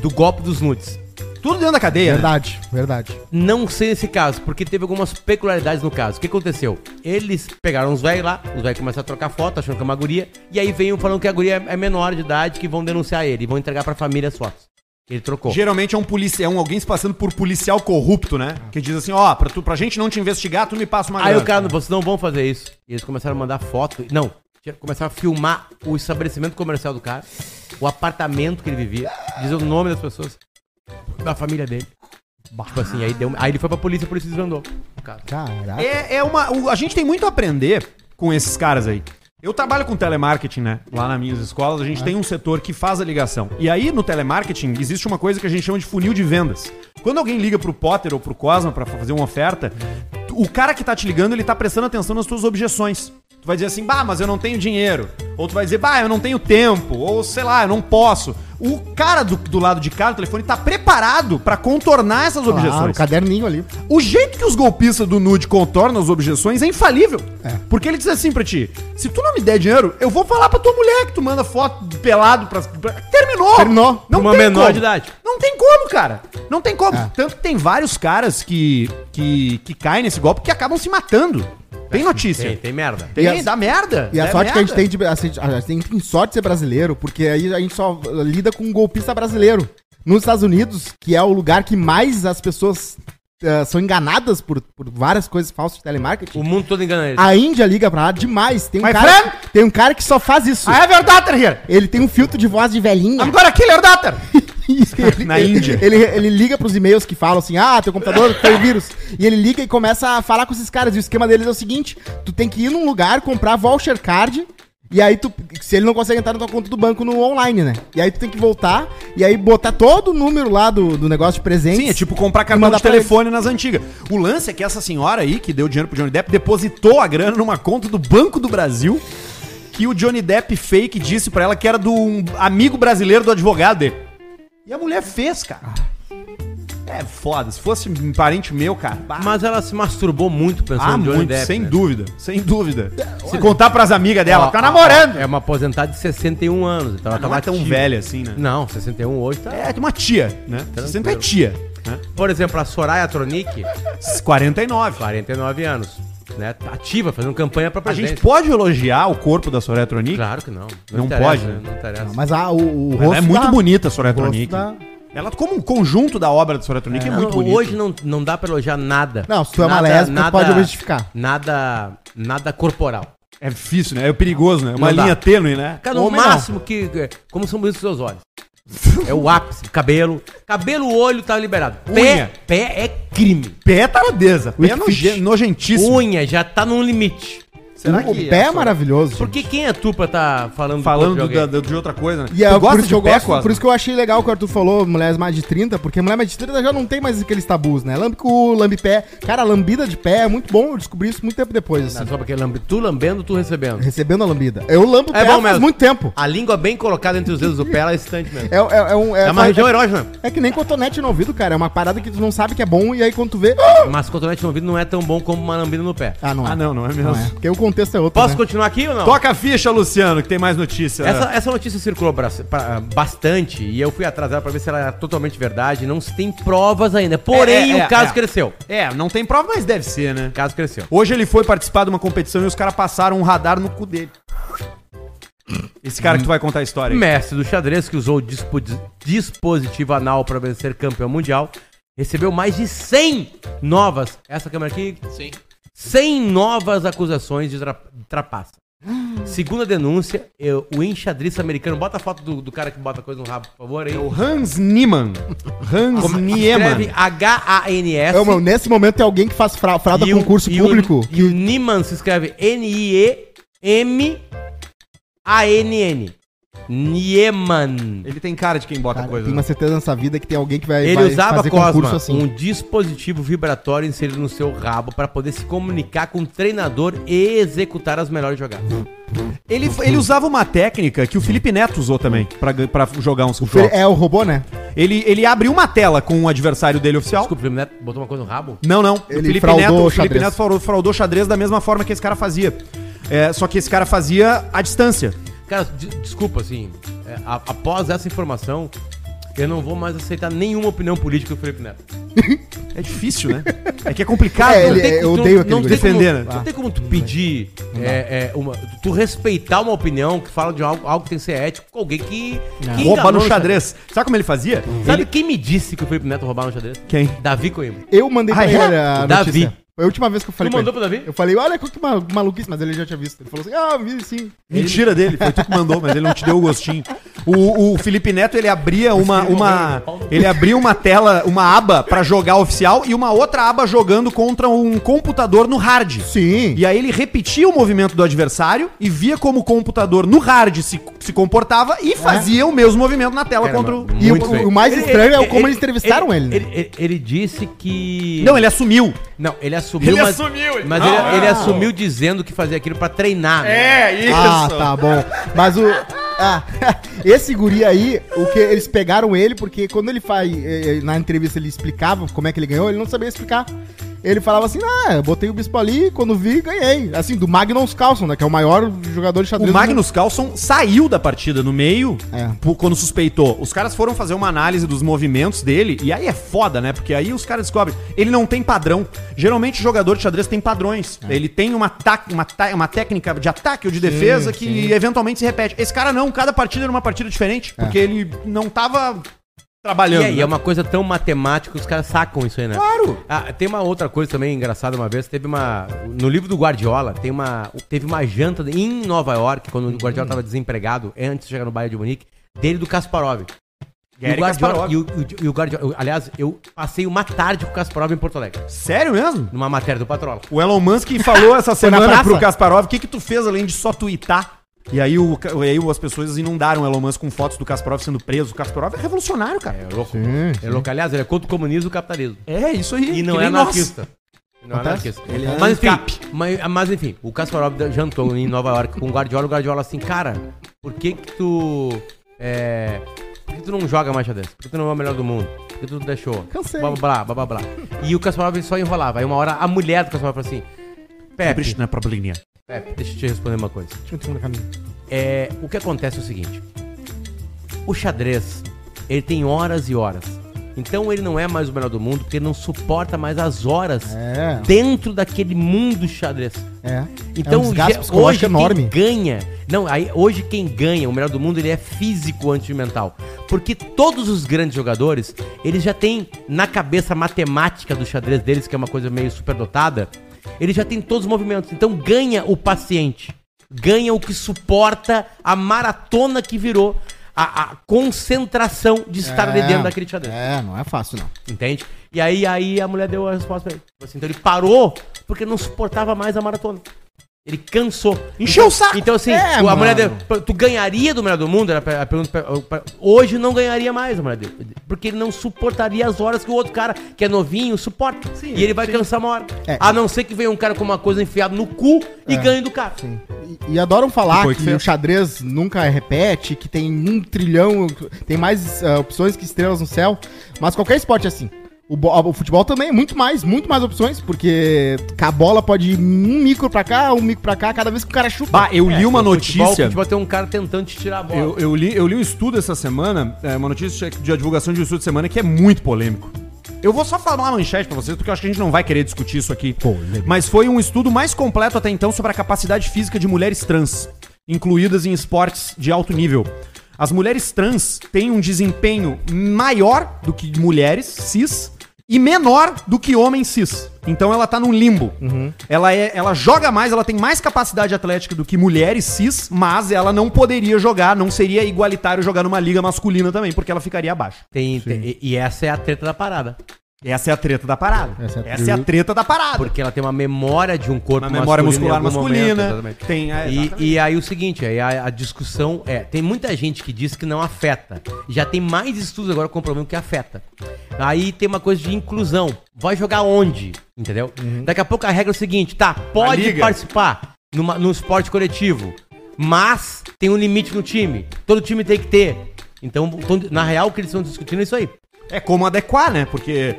do golpe dos nudes.
Tudo dentro da cadeia. né?
Verdade, verdade.
Não sei nesse caso, porque teve algumas peculiaridades no caso. O que aconteceu? Eles pegaram os velhos lá, os velhos começaram a trocar foto, achando que é uma guria, e aí veio um falando que a guria é menor de idade, que vão denunciar ele, e vão entregar pra família as fotos. Ele trocou.
Geralmente é um policial, é um alguém se passando por policial corrupto, né? Que diz assim, ó, pra, tu, pra gente não te investigar, tu me passa uma
Aí
grana.
o cara, vocês não vão fazer isso. E eles começaram a mandar foto. Não, tinha- começaram a filmar o estabelecimento comercial do cara, o apartamento que ele vivia, dizer o nome das pessoas, da família dele. Tipo assim, aí, deu, aí ele foi pra polícia, a polícia desvendou. o caso.
Caraca.
É, é uma. o- a gente tem muito a aprender com esses caras aí. Eu trabalho com telemarketing, né? Lá nas minhas escolas, a gente tem um setor que faz a ligação. E aí, no telemarketing, existe uma coisa que a gente chama de funil de vendas. Quando alguém liga pro Potter ou pro Cosma pra fazer uma oferta, o cara que tá te ligando, ele tá prestando atenção nas tuas objeções. Tu vai dizer assim, bah, mas eu não tenho dinheiro. Ou tu vai dizer, bah, eu não tenho tempo, ou sei lá, eu não posso. O cara do, do lado de cá do telefone tá preparado pra contornar essas
Ah, o
objeções.
caderninho ali.
O jeito que os golpistas do nude contornam as objeções é infalível. Porque ele diz assim pra ti: se tu não me der dinheiro, eu vou falar pra tua mulher que tu manda foto pelado pra. pra- Terminou!
Terminou.
Não
Uma
tem
menor
como.
de idade.
Não tem como, cara. Não tem como.
É.
Tanto que tem vários caras que, que, que caem nesse golpe que acabam se matando. Tem notícia.
Tem, tem merda.
Tem,
E a-
dá merda.
E a
dá
sorte é que a gente
É merda.
tem de. assim, A gente, a gente tem sorte de ser brasileiro, porque aí a gente só lida com um golpista brasileiro. Nos Estados Unidos, que é o lugar que mais as pessoas eh, são enganadas por, por várias coisas falsas de telemarketing.
O mundo todo engana ele.
A Índia liga pra lá demais. Tem um,
My
cara, tem um cara que só faz isso.
Ah, é verdade, Terrier.
Ele tem um filtro de voz de velhinha.
Agora killer data.
E ele,
Na
ele-
Índia.
Ele, ele liga pros e-mails que falam assim: ah, teu computador tem vírus. E ele liga e começa a falar com esses caras. E o esquema deles é o seguinte: tu tem que ir num lugar, comprar voucher card. E aí tu. Se ele não consegue entrar na tua conta do banco no online, né? E aí tu tem que voltar e aí botar todo o número lá do, do negócio de presente.
Sim, é tipo comprar cartão
Mandar
de
pra
telefone nas antigas. O lance é que essa senhora aí, que deu dinheiro pro Johnny Depp, depositou a grana numa conta do Banco do Brasil que o Johnny Depp fake disse pra ela que era do um amigo brasileiro do advogado dele. E a mulher fez, cara. É foda. Se fosse um parente meu, cara. bah,
Mas ela se masturbou muito pensando
ah,
no Johnny
muito,
Depp,
sem
né? É,
dúvida, sem dúvida. Se contar pras amigas dela,
Ó,
tá
ó,
namorando.
É uma aposentada de 61 anos. Então ela
Não
tava
é tão
ativa.
velha assim, né?
Não, 61 hoje tá.
É uma tia, né? Você sempre é tia. Né?
Por exemplo, a Soraya Tronic,
49.
49 anos. Né? Tá Ativa, fazendo campanha pra
A
presidente.
gente pode elogiar o corpo da Soraya Tronic?
Claro que não.
Não
interessa,
pode,
né?
né?
Não interessa.
Mas ah, o, o rosto.
Ela é muito
da-
bonita, a Soraya
o rosto
Tronic.
da-
Ela, como um conjunto da obra da Soraya Tronic, é,
Não,
muito
não,
bonita.
Hoje não, não dá pra elogiar nada.
Não, se tu é uma lésbica, tu pode objetificar.
Nada, nada corporal.
É difícil, né? É perigoso, né? É uma
Não dá.
linha tênue, né?
Cara, no
Homem não.
máximo que. é, Como são bonitos os seus olhos. É o ápice, cabelo. Cabelo, olho tá liberado.
Unha.
Pé, pé é crime.
Pé é taradeza. Pé é
With
noje-
fish.
nojentíssimo.
Unha já tá num limite.
Será
o
que
pé é um
essa-
maravilhoso. gente.
Porque quem é tu pra tá falando
Falando
do corpo de
da-
alguém?
da- de outra coisa, né?
E é por isso que eu
pé,
gosto,
Cosma?
por
né?
isso que eu achei legal o que o Arthur falou, mulheres mais de 30, porque mulher mais de 30 já não tem mais aqueles tabus, né? Lambe cu, lambe pé. Cara, lambida de pé é muito bom, eu descobri isso muito tempo depois,
Não,
assim.
Ah, Só porque lambe, tu lambendo, tu recebendo.
Recebendo a lambida. Eu lambo
É,
É
o pé há muito tempo.
A língua bem colocada entre os dedos do pé, ela é excitante mesmo.
É, é- é um, é,
É uma região
é,
erógena.
é que nem cotonete no ouvido, cara. É uma parada que tu não sabe que é bom e aí quando tu vê.
Mas cotonete no ouvido não é tão bom como uma lambida no pé.
Ah, não é.
Ah, não, não é mesmo.
Não é. Porque o contexto é outro.
Posso
né?
continuar aqui ou não?
Toca a ficha, Luciano, que tem mais notícia.
Essa, essa notícia circulou bra- pra- bastante e eu fui atrás dela pra ver se ela era totalmente verdade. Não se tem provas ainda. Porém,
É, é,
o caso
é.
cresceu.
É, não tem prova, mas deve ser, né?
O caso cresceu.
Hoje ele foi participar de uma competição e os caras passaram um radar no cu dele. Esse cara que tu vai contar a história
O
aí.
mestre do xadrez, que usou o dispo- dispositivo anal pra vencer campeão mundial, recebeu mais de 100 novas. Essa câmera aqui? Sim. 100 novas acusações de tra- trapaça. Segundo a denúncia, eu- o enxadrista americano. Bota a foto do, do cara que bota coisa no rabo, por favor, aí.
É O Hans Niemann. Hans
é
Escreve
Niemann.
H-A-N-S.
Eu, É meu, nesse momento tem alguém que faz fra- fraude a
assim? E o-
concurso
e um o-
público.
e o Niemann se escreve N-I-E-M-A-N-N. Niemann.
Ele tem cara de quem bota
Cara,
coisa. né?
tem uma certeza nessa vida que tem alguém que vai,
né? Ele
vai
usava Cosma,
assim.
um dispositivo vibratório inserido no seu rabo para poder se comunicar com o treinador e executar as melhores jogadas.
Ele, ele usava uma técnica que o Felipe Neto usou também pra, gan- pra jogar uns jogos.
É o robô, né?
Ele, ele abriu uma tela com o adversário dele oficial.
Desculpa, o Felipe Neto botou uma coisa no rabo?
Não, não.
Ele
o Felipe
fraudou
Neto,
o
o Felipe
xadrez.
Neto fraudou, fraudou xadrez da mesma forma que esse cara fazia. É, só que esse cara fazia à distância.
Cara, de- desculpa, assim, é, a- após essa informação, eu não vou mais aceitar nenhuma opinião política do Felipe Neto.
É difícil, né? É que é complicado.
É,
né?
ele-
tem-
eu odeio
não,
aquele
tem como,
defender, né?
não tem como tu pedir, é, é, uma, tu respeitar uma opinião que fala de algo, algo que tem que ser ético com alguém que, que
Rouba
enganou
no xadrez. Sabe como ele fazia?
Sabe quem me disse que o Felipe Neto roubava no xadrez?
Quem?
Davi Coimbra.
Eu mandei pra
Ah,
ele
é?
a
O Davi.
notícia. Foi a última vez que eu falei
Tu mandou
ele.
pro Davi?
Eu falei, olha que ma- maluquice, mas ele já tinha visto. Ele falou assim, ah, vi sim.
Mentira dele, foi tu que mandou, mas ele não te deu o gostinho. O, o Felipe Neto ele abria uma, uma ele abria uma tela, uma aba pra jogar oficial e uma outra aba jogando contra um computador no hard.
Sim.
E aí ele repetia o movimento do adversário e via como o computador no hard se, se comportava e fazia o mesmo movimento na tela
Cara,
contra o...
mas-
E o,
Muito bem.
o mais
Ele-
estranho é
ele-
como eles entrevistaram ele. né?
Ele, ele- ele disse que.
Não, ele assumiu.
Não, ele assumiu.
Ele
mas,
assumiu, ele-
Mas
Não,
ele,
não.
ele assumiu dizendo que fazia aquilo pra treinar. né?
É, isso.
Ah, tá bom. Mas o. Ah, esse guri aí, o que eles pegaram ele, porque quando ele faz. eh, eh, Na entrevista ele explicava como é que ele ganhou, ele não sabia explicar. Ele falava assim, ah, eu botei o bispo ali, quando vi, ganhei. Assim, do Magnus Carlsen, né? Que é o maior jogador de xadrez.
O
do
Magnus Carlsen saiu da partida no meio
É.
pu- quando suspeitou. Os caras foram fazer uma análise dos movimentos dele e aí é foda, né? Porque aí os caras descobrem. Ele não tem padrão. Geralmente o jogador de xadrez tem padrões. Ele tem uma, ta- uma, ta- uma técnica de ataque ou de defesa que eventualmente se repete. Esse cara não, cada partida era uma partida diferente. Porque ele não tava
E
trabalhando.
aí,
né?
é uma coisa tão matemática, os caras sacam isso aí, né?
Claro!
Ah, tem uma outra coisa também engraçada uma vez, teve uma no livro do Guardiola, tem uma teve uma janta em Nova York quando o Guardiola estava desempregado, é antes de chegar no Bayern de Munique, dele e do Kasparov. E o,
Garry
Guardiola,
Kasparov.
e, o, e o- e o Guardiola, eu- aliás, eu passei uma tarde com o Kasparov em Porto Alegre,
Sério mesmo?
numa matéria do Patrola.
O Elon Musk falou essa
Foi na
semana
praça?
pro Kasparov, o que que tu fez além de só twittar? E aí, o, Ca- e aí as pessoas inundaram o Elon Musk com fotos do Kasparov sendo preso. O Kasparov é revolucionário, cara.
É louco.
Sim,
É louco, aliás, ele é contra o comunismo e o capitalismo.
É, isso aí.
E não
que
é
nem nós.
anarquista. Não é anarquista.
Ele é
mas,
ANCAP.
enfim, mas, mas enfim, o Kasparov jantou em Nova York com o Guardiola. O Guardiola assim, cara, por que que tu. É, por que tu não joga mais xadrez? Por que tu não é o melhor do mundo? Por que tu deixou?
Cansei.
Blá, blá, blá, blá, blá. E o Kasparov só enrolava. Aí uma hora a mulher do Kasparov falou assim: Pepe,
Prishna Probleminha.
Pepe, deixa eu te responder uma coisa.
deixa eu te mandar um caminho.
É, o que acontece é o seguinte: o xadrez ele tem horas e horas. Então ele não é mais o melhor do mundo porque ele não suporta mais as horas
É.
dentro daquele mundo xadrez.
É.
Então
é um desgaste
já- hoje
psicológico
quem
enorme.
ganha, não, aí, hoje quem ganha o melhor do mundo ele é físico antes de mental, porque todos os grandes jogadores eles já têm na cabeça a matemática do xadrez deles que é uma coisa meio superdotada, eles já têm todos os movimentos, então ganha o paciente, ganha o que suporta a maratona que virou a, a concentração de estar ali dentro daquele xadrez.
É, não é fácil, não.
Entende? E aí, aí a mulher deu a resposta pra ele. Falou assim, então ele parou porque não suportava mais a maratona. Ele cansou.
Encheu
Então-
o saco.
Então, assim,
É,
a
mano.
mulher dele. Tu ganharia do melhor do mundo? Era a pergunta. pra- pra- Hoje não ganharia mais a mulher dele. Porque ele não suportaria as horas que o outro cara, que é novinho, suporta. e ele vai cansar uma hora.
É.
A não ser que venha um cara com uma coisa enfiada no cu e ganhe do cara.
E, e adoram falar
Que foi
que,
que fez?
o xadrez nunca é repete, que tem um trilhão, tem mais ah, opções que estrelas no céu. Mas qualquer esporte é assim. O, bo- o futebol também é muito mais, muito mais opções, porque a bola pode ir um micro pra cá, um micro pra cá, cada vez que o cara chuta. É.
Bah, eu li uma
No É, futebol,
notícia.
futebol é tem um cara tentando te tirar a bola.
Eu, eu li, eu li um estudo essa semana, é, uma notícia de divulgação de um estudo de semana que é muito polêmico. Eu vou só falar uma manchete pra vocês, porque eu acho que a gente não vai querer discutir isso aqui. Mas foi um estudo mais completo até então sobre a capacidade física de mulheres trans, incluídas em esportes de alto nível. As mulheres trans têm um desempenho maior do que mulheres cis e menor do que homens cis. Então ela tá num limbo. Ela, é, ela joga mais, ela tem mais capacidade atlética do que mulheres cis, mas ela não poderia jogar, não seria igualitário jogar numa liga masculina também, porque ela ficaria abaixo.
Tem- tem- e- e essa é a treta da parada.
Essa é a treta da parada. Essa
Essa
é
é
a,
a
treta da parada.
Porque ela tem uma memória de um corpo
Uma memória
masculino em
muscular
algum
masculina,
exatamente.
tem- é, exatamente.
e, e aí o seguinte, aí a, a discussão é, tem muita gente que diz que não afeta. Já tem mais estudos agora comprovando que afeta. Aí tem uma coisa de inclusão. Vai jogar onde? Entendeu? Daqui a pouco a regra é o seguinte, tá, pode
Uhum. liga.
participar numa, num esporte coletivo, mas tem um limite no time. Todo time tem que ter. Então, então, na real, o que eles estão discutindo é isso aí.
É como adequar, né? Porque,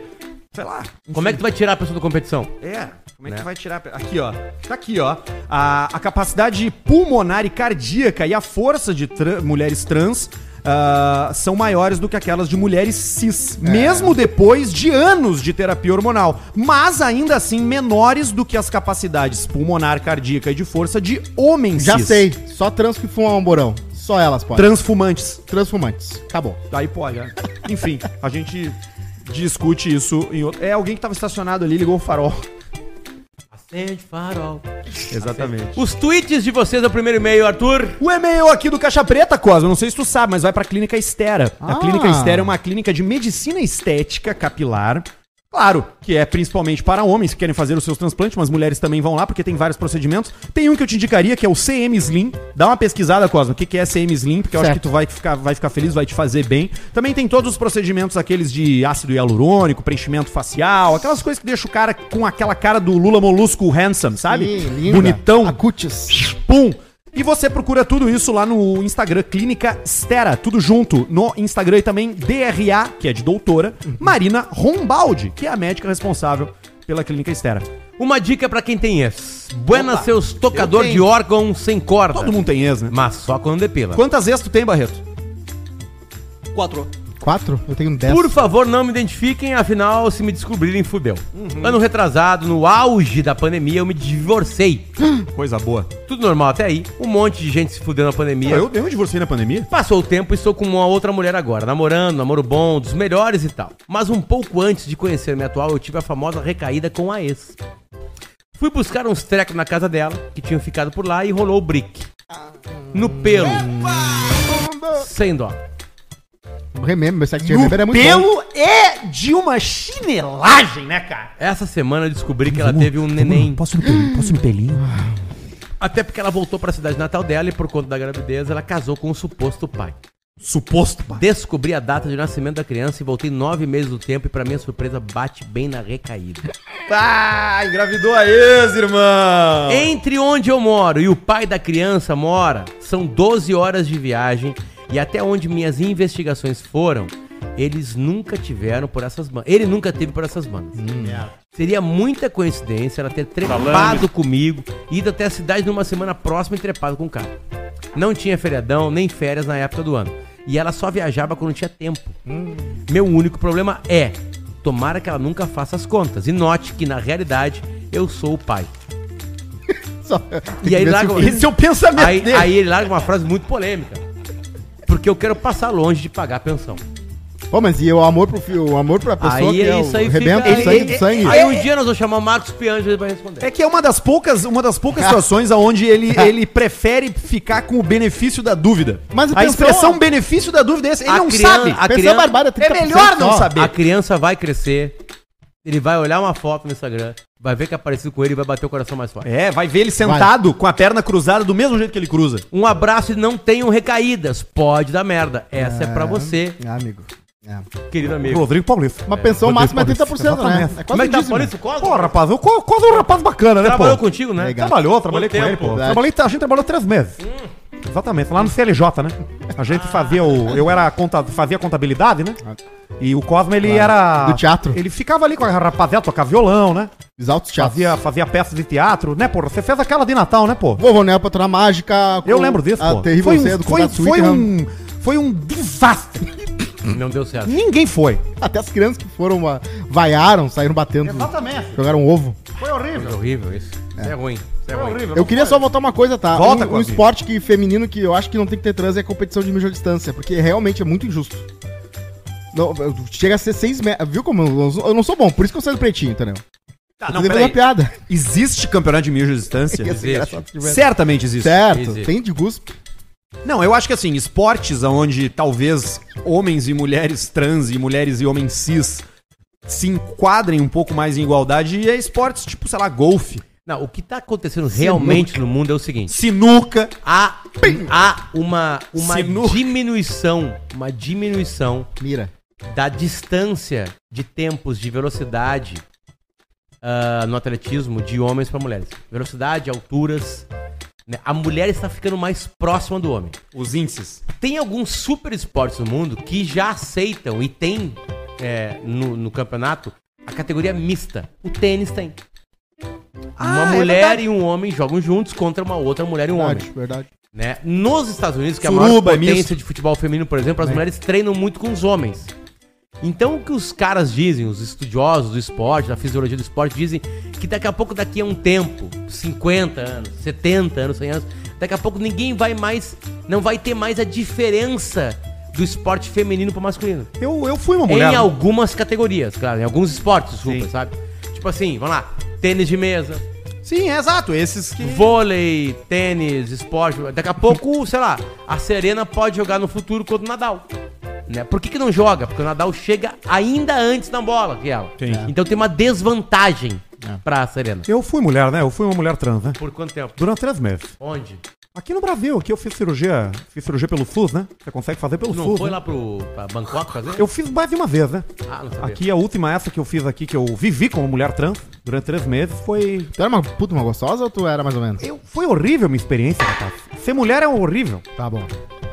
sei lá,
Como é que tu vai tirar a pessoa da competição?
É, como é que tu vai tirar? a pe- Aqui, ó. Tá aqui, ó. A, a capacidade pulmonar e cardíaca e a força de tra- mulheres trans ah, são maiores do que aquelas de mulheres cis, mesmo depois de anos de terapia hormonal, mas ainda assim menores do que as capacidades pulmonar, cardíaca e de força de homens
Já
cis.
sei, só trans que fumam um borão. Só elas podem.
Transfumantes.
Transfumantes. Acabou.
Aí pode, né? Enfim, a gente discute isso em outro. É alguém que tava estacionado ali, ligou o farol.
Acende farol.
Exatamente.
Os tweets de vocês é o primeiro e-mail, Arthur.
O e-mail aqui do Caixa Preta, Cosmo, não sei se tu sabe, mas vai pra Clínica Estera. A
Ah.
Clínica Estera é uma clínica de medicina estética capilar. Claro, que é principalmente para homens que querem fazer os seus transplantes, mas mulheres também vão lá porque tem vários procedimentos. Tem um que eu te indicaria que é o CM Slim. Dá uma pesquisada, Cosmo, o que que é CM Slim, porque eu acho
Certo.
que tu vai ficar, vai ficar feliz, vai te fazer bem. Também tem todos os procedimentos aqueles de ácido hialurônico, preenchimento facial, aquelas coisas que deixam o cara com aquela cara do Lula Molusco Handsome, sabe?
Ih, linda.
Bonitão.
Acutis.
Pum! E você procura tudo isso lá no Instagram Clínica Stera, tudo junto no Instagram e também DRA, que é de doutora, Marina Rombaldi, que é a médica responsável pela Clínica Estera.
Uma dica pra quem tem ex. Buena
Opa,
seus
eu
tocador
tenho.
de órgão sem corda.
Todo mundo tem ex, né?
Mas só quando depila.
Quantas ex tu tem, Barreto?
Quatro.
Quatro? Eu tenho dez.
Por favor, não me identifiquem, afinal, se me descobrirem, fudeu.
Uhum.
Ano retrasado, no auge da pandemia, eu me divorciei.
Coisa boa.
Tudo normal até aí. Um monte de gente se fudeu na pandemia.
eu, eu me divorciei na pandemia?
Passou o tempo e estou com uma outra mulher agora, namorando, namoro bom, dos melhores e tal. Mas um pouco antes de conhecer minha atual, eu tive a famosa recaída com a ex. Fui buscar uns trecos na casa dela, que tinham ficado por lá, e rolou o brick. No pelo. Sem dó.
Remember, meu sexo de remember é muito bom.
é de uma chinelagem, né, cara?
Essa semana eu descobri que ela teve um neném.
Posso no pelinho? Posso no pelinho?
Até porque ela voltou pra cidade natal dela e por conta da gravidez ela casou com o suposto pai.
Suposto, pai.
Descobri a data de nascimento da criança e voltei nove meses do tempo e pra minha surpresa bate bem na recaída.
Ah, engravidou a ex, irmão!
Entre onde eu moro e o pai da criança mora, são 12 horas de viagem e até onde minhas investigações foram, eles nunca tiveram por essas bandas. Ele nunca teve por essas bandas.
Hum.
Seria muita coincidência ela ter trepado comigo, ido até a cidade numa semana próxima e trepado com o cara. Não tinha feriadão nem férias na época do ano. E ela só viajava quando tinha tempo. Meu único problema é, tomara que ela nunca faça as contas. E note que, na realidade, eu sou o pai.
Só-
E aí
Tem que ver se
larga,
o filho-
Esse é o pensamento
aí,
dele.
aí ele larga uma frase muito polêmica. Porque eu quero passar longe de pagar a pensão.
Pô, mas e o amor pro filho, o amor pra
aí
pessoa que é
é
o
isso aí
rebento,
fica-
o sangue
ele-
do sangue.
Aí um dia nós vamos chamar o Marcos Pianjo e ele vai responder.
É que é uma das poucas, uma das poucas situações onde ele, ele prefere ficar com o benefício da dúvida.
Mas
a
atenção,
expressão
ó.
benefício da dúvida é essa. Ele
A
não
criança-
sabe.
a
Pensão
criança-
barbada, 30%
É melhor não
só.
saber.
A criança vai crescer, ele vai olhar uma foto no Instagram, vai ver que é parecido com ele e vai bater o coração mais forte.
É, vai ver ele sentado com a perna cruzada do mesmo jeito que ele cruza.
Um abraço e não tenham recaídas. Pode dar merda. Essa é, pra você,
É, amigo. É.
querido amigo.
Rodrigo Paulista.
Uma pensão
Rodrigo
máxima é
Paulista,
30%, né?
exatamente.
Como
É
é
quase
que tá
um dízimo.
falando isso? Cosmo?
Pô, rapaz, eu co- quase um rapaz bacana, né,
Trabalhou
pô?
contigo, né?
Legal.
Trabalhou, trabalhei
Quanto
com ele,
tempo?
pô.
Verdade.
Trabalhei, a gente trabalhou três meses. Exatamente, lá no CLJ, né? A gente fazia o. Eu era conta, fazia contabilidade, né? E o Cosmo, ele era.
Do teatro.
Ele ficava ali com a rapaziada, tocava violão, né?
Os altos chatos.
Fazia, fazia peças de teatro, né, porra? Você fez aquela de Natal, né, pô?
Vovô Nel, Patrona Mágica.
Eu
com-
lembro disso,
a
pô.
Ah, Terrível
Foi um,
Cedo, com
foi,
Gato
foi
Twitter, né?
um, foi um desastre.
Não deu certo.
Ninguém foi.
Até as crianças que foram, ah, vaiaram, saíram batendo.
Exatamente.
Jogaram ovo.
Foi
É
horrível.
horrível isso. Isso é ruim. Isso é ruim.
Eu queria só voltar uma coisa, tá?
Volta,
um, um
Coabinha.
esporte que, feminino que eu acho que não tem que ter trans é a competição de mídia à distância, porque realmente é muito injusto. Não, chega a ser seis metros. Viu como eu não, sou, eu não sou bom? Por isso que eu saio do pretinho, entendeu?
Tá,
Eu tô devendo uma piada.
Existe campeonato de mídia à distância?
Ia ser
existe.
engraçado se tivesse.
Certamente existe.
Certo,
Existe.
tem de gosto.
Não, eu acho que assim, esportes onde talvez homens e mulheres trans e mulheres e homens cis se enquadrem um pouco mais em igualdade é esportes tipo, sei lá, golfe,
Não, o que tá acontecendo realmente no mundo é o seguinte.
sinuca.
há, há uma, uma
Sinuca.
diminuição, uma diminuição
Mira.
da distância de tempos de velocidade ah, no atletismo de homens para mulheres. Velocidade, alturas. né? A mulher está ficando mais próxima do homem.
Os índices.
Tem alguns super esportes no mundo que já aceitam e tem é, no, no campeonato a categoria mista. O tênis tem.
Ah,
Uma
é
mulher
verdade.
e um homem jogam juntos contra uma outra mulher e um homem
Verdade, verdade.
né? Nos Estados Unidos, que é a
Suruba,
maior potência
misto.
de futebol feminino, por exemplo, as mulheres treinam muito com os homens. Então, o que os caras dizem, os estudiosos do esporte, da fisiologia do esporte, dizem que daqui a pouco, daqui a um tempo, 50 anos, 70 anos, 100 anos, daqui a pouco ninguém vai mais, não vai ter mais a diferença do esporte feminino pro masculino.
Eu, eu fui uma mulher.
Em algumas categorias, claro, em alguns esportes, desculpa,
Sim.
sabe? Tipo assim, vamos lá, tênis de mesa,
Sim, é exato. Esses que.
Vôlei, tênis, esporte. Daqui a pouco, sei lá, a Serena pode jogar no futuro contra o Nadal. Né? Por que, que não joga? Porque o Nadal chega ainda antes na bola que ela.
Sim. É.
Então tem uma desvantagem pra Serena.
Eu fui mulher, né? Eu fui uma mulher trans, né?
Por quanto tempo?
Durante três meses.
Onde?
Aqui no Brasil, aqui eu fiz cirurgia. Fiz cirurgia pelo SUS, né? Você consegue fazer pelo
Não
SUS.
foi
né?
lá pro pra Bangkok fazer?
Eu fiz mais de uma vez, né?
Ah, não sabia.
Aqui a última essa que eu fiz aqui, que eu vivi como mulher trans durante três meses, foi.
Tu era uma puta, uma gostosa ou tu era mais ou menos?
Eu... Foi horrível a minha experiência, rapaz. Ser mulher é horrível.
Tá bom.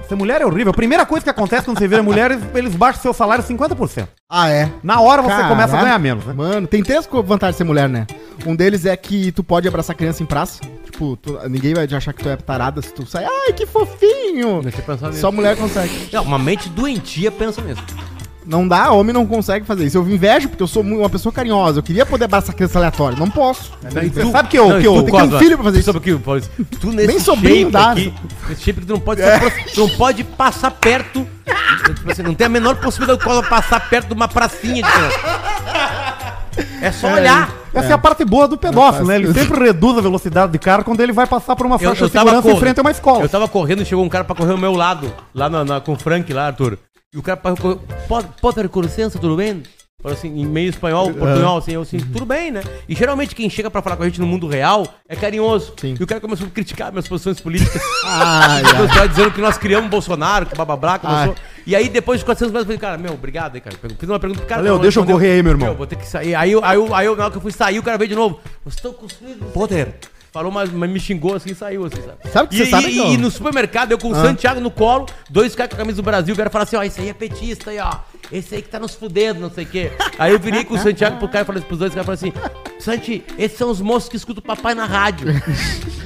Ser mulher é horrível. A primeira coisa que acontece quando você vira mulher, eles- eles baixam seu salário 50%.
Ah, é?
Na hora você
Caralho.
começa a ganhar menos, né?
Mano, tem três co- vantagens de ser mulher, né? Um deles é que tu pode abraçar criança em praça. Tipo, tu- ninguém vai te achar que tu é tarada se tu sair. Ai, que fofinho!
Deixa eu pensar nisso.
Só mulher consegue.
Não, uma mente doentia pensa nisso.
Não dá, homem não consegue fazer isso. Eu invejo porque eu sou mu- uma pessoa carinhosa. Eu queria poder abraçar criança aleatória. Não posso.
Você sabe que eu.
É, Não,
que
e
eu
tu,
que ter um
Cosma,
filho pra fazer
tu
isso.
Sabe o que, Paulo? Tu nesse
Nem
shape
sobrinho dá.
aqui, nesse shape que tu não pode, se apro- tu não pode passar perto, tipo assim, não tem a menor possibilidade do Cosma passar perto de uma pracinha de criança. É só olhar.
Essa é. a parte boa do pedófilo,
Não faz
né? Ele
isso.
sempre reduz a velocidade de carro quando ele vai passar por uma
Eu,
faixa
eu
de
tava
segurança em
correndo,
frente a uma escola.
eu tava correndo, chegou um cara pra correr ao meu lado, lá na, na- com o Frank lá, Arthur. E o cara pra- correu, "Po- Potter, com licença, tudo bem? Falou assim, em meio espanhol, portunhol, assim, eu assim,
Uhum.
tudo bem, né? E geralmente quem chega pra falar com a gente no mundo real é carinhoso.
Sim.
E o cara começou a criticar minhas posições políticas.
Ai,
Os caras tá dizendo que nós criamos Bolsonaro, que bababrá, começou.
Ai.
E aí, depois de 400 metros, eu falei, cara, meu, obrigado aí, cara. Eu Fiz uma pergunta pro cara.
Valeu,
não
deixa eu
respondeu.
correr aí, meu irmão.
vou ter que sair. Aí, eu- aí, eu- aí, eu- na hora que eu fui sair, o cara veio de novo. Vocês estão construindo. Poder. Falou, mas, mas me xingou assim e saiu, assim, sabe?
Sabe que
e,
você sabe
e,
que eu-
e no supermercado, eu com o Santiago no colo, dois caras com a camisa do Brasil, o cara fala assim, ó, esse aí é petista, aí, ó. Esse aí que tá nos fudendo, não sei o quê. Aí eu virei com o Santiago pro cara e falei pros dois caras falei assim, Santi, esses são os moços que escutam o papai na rádio.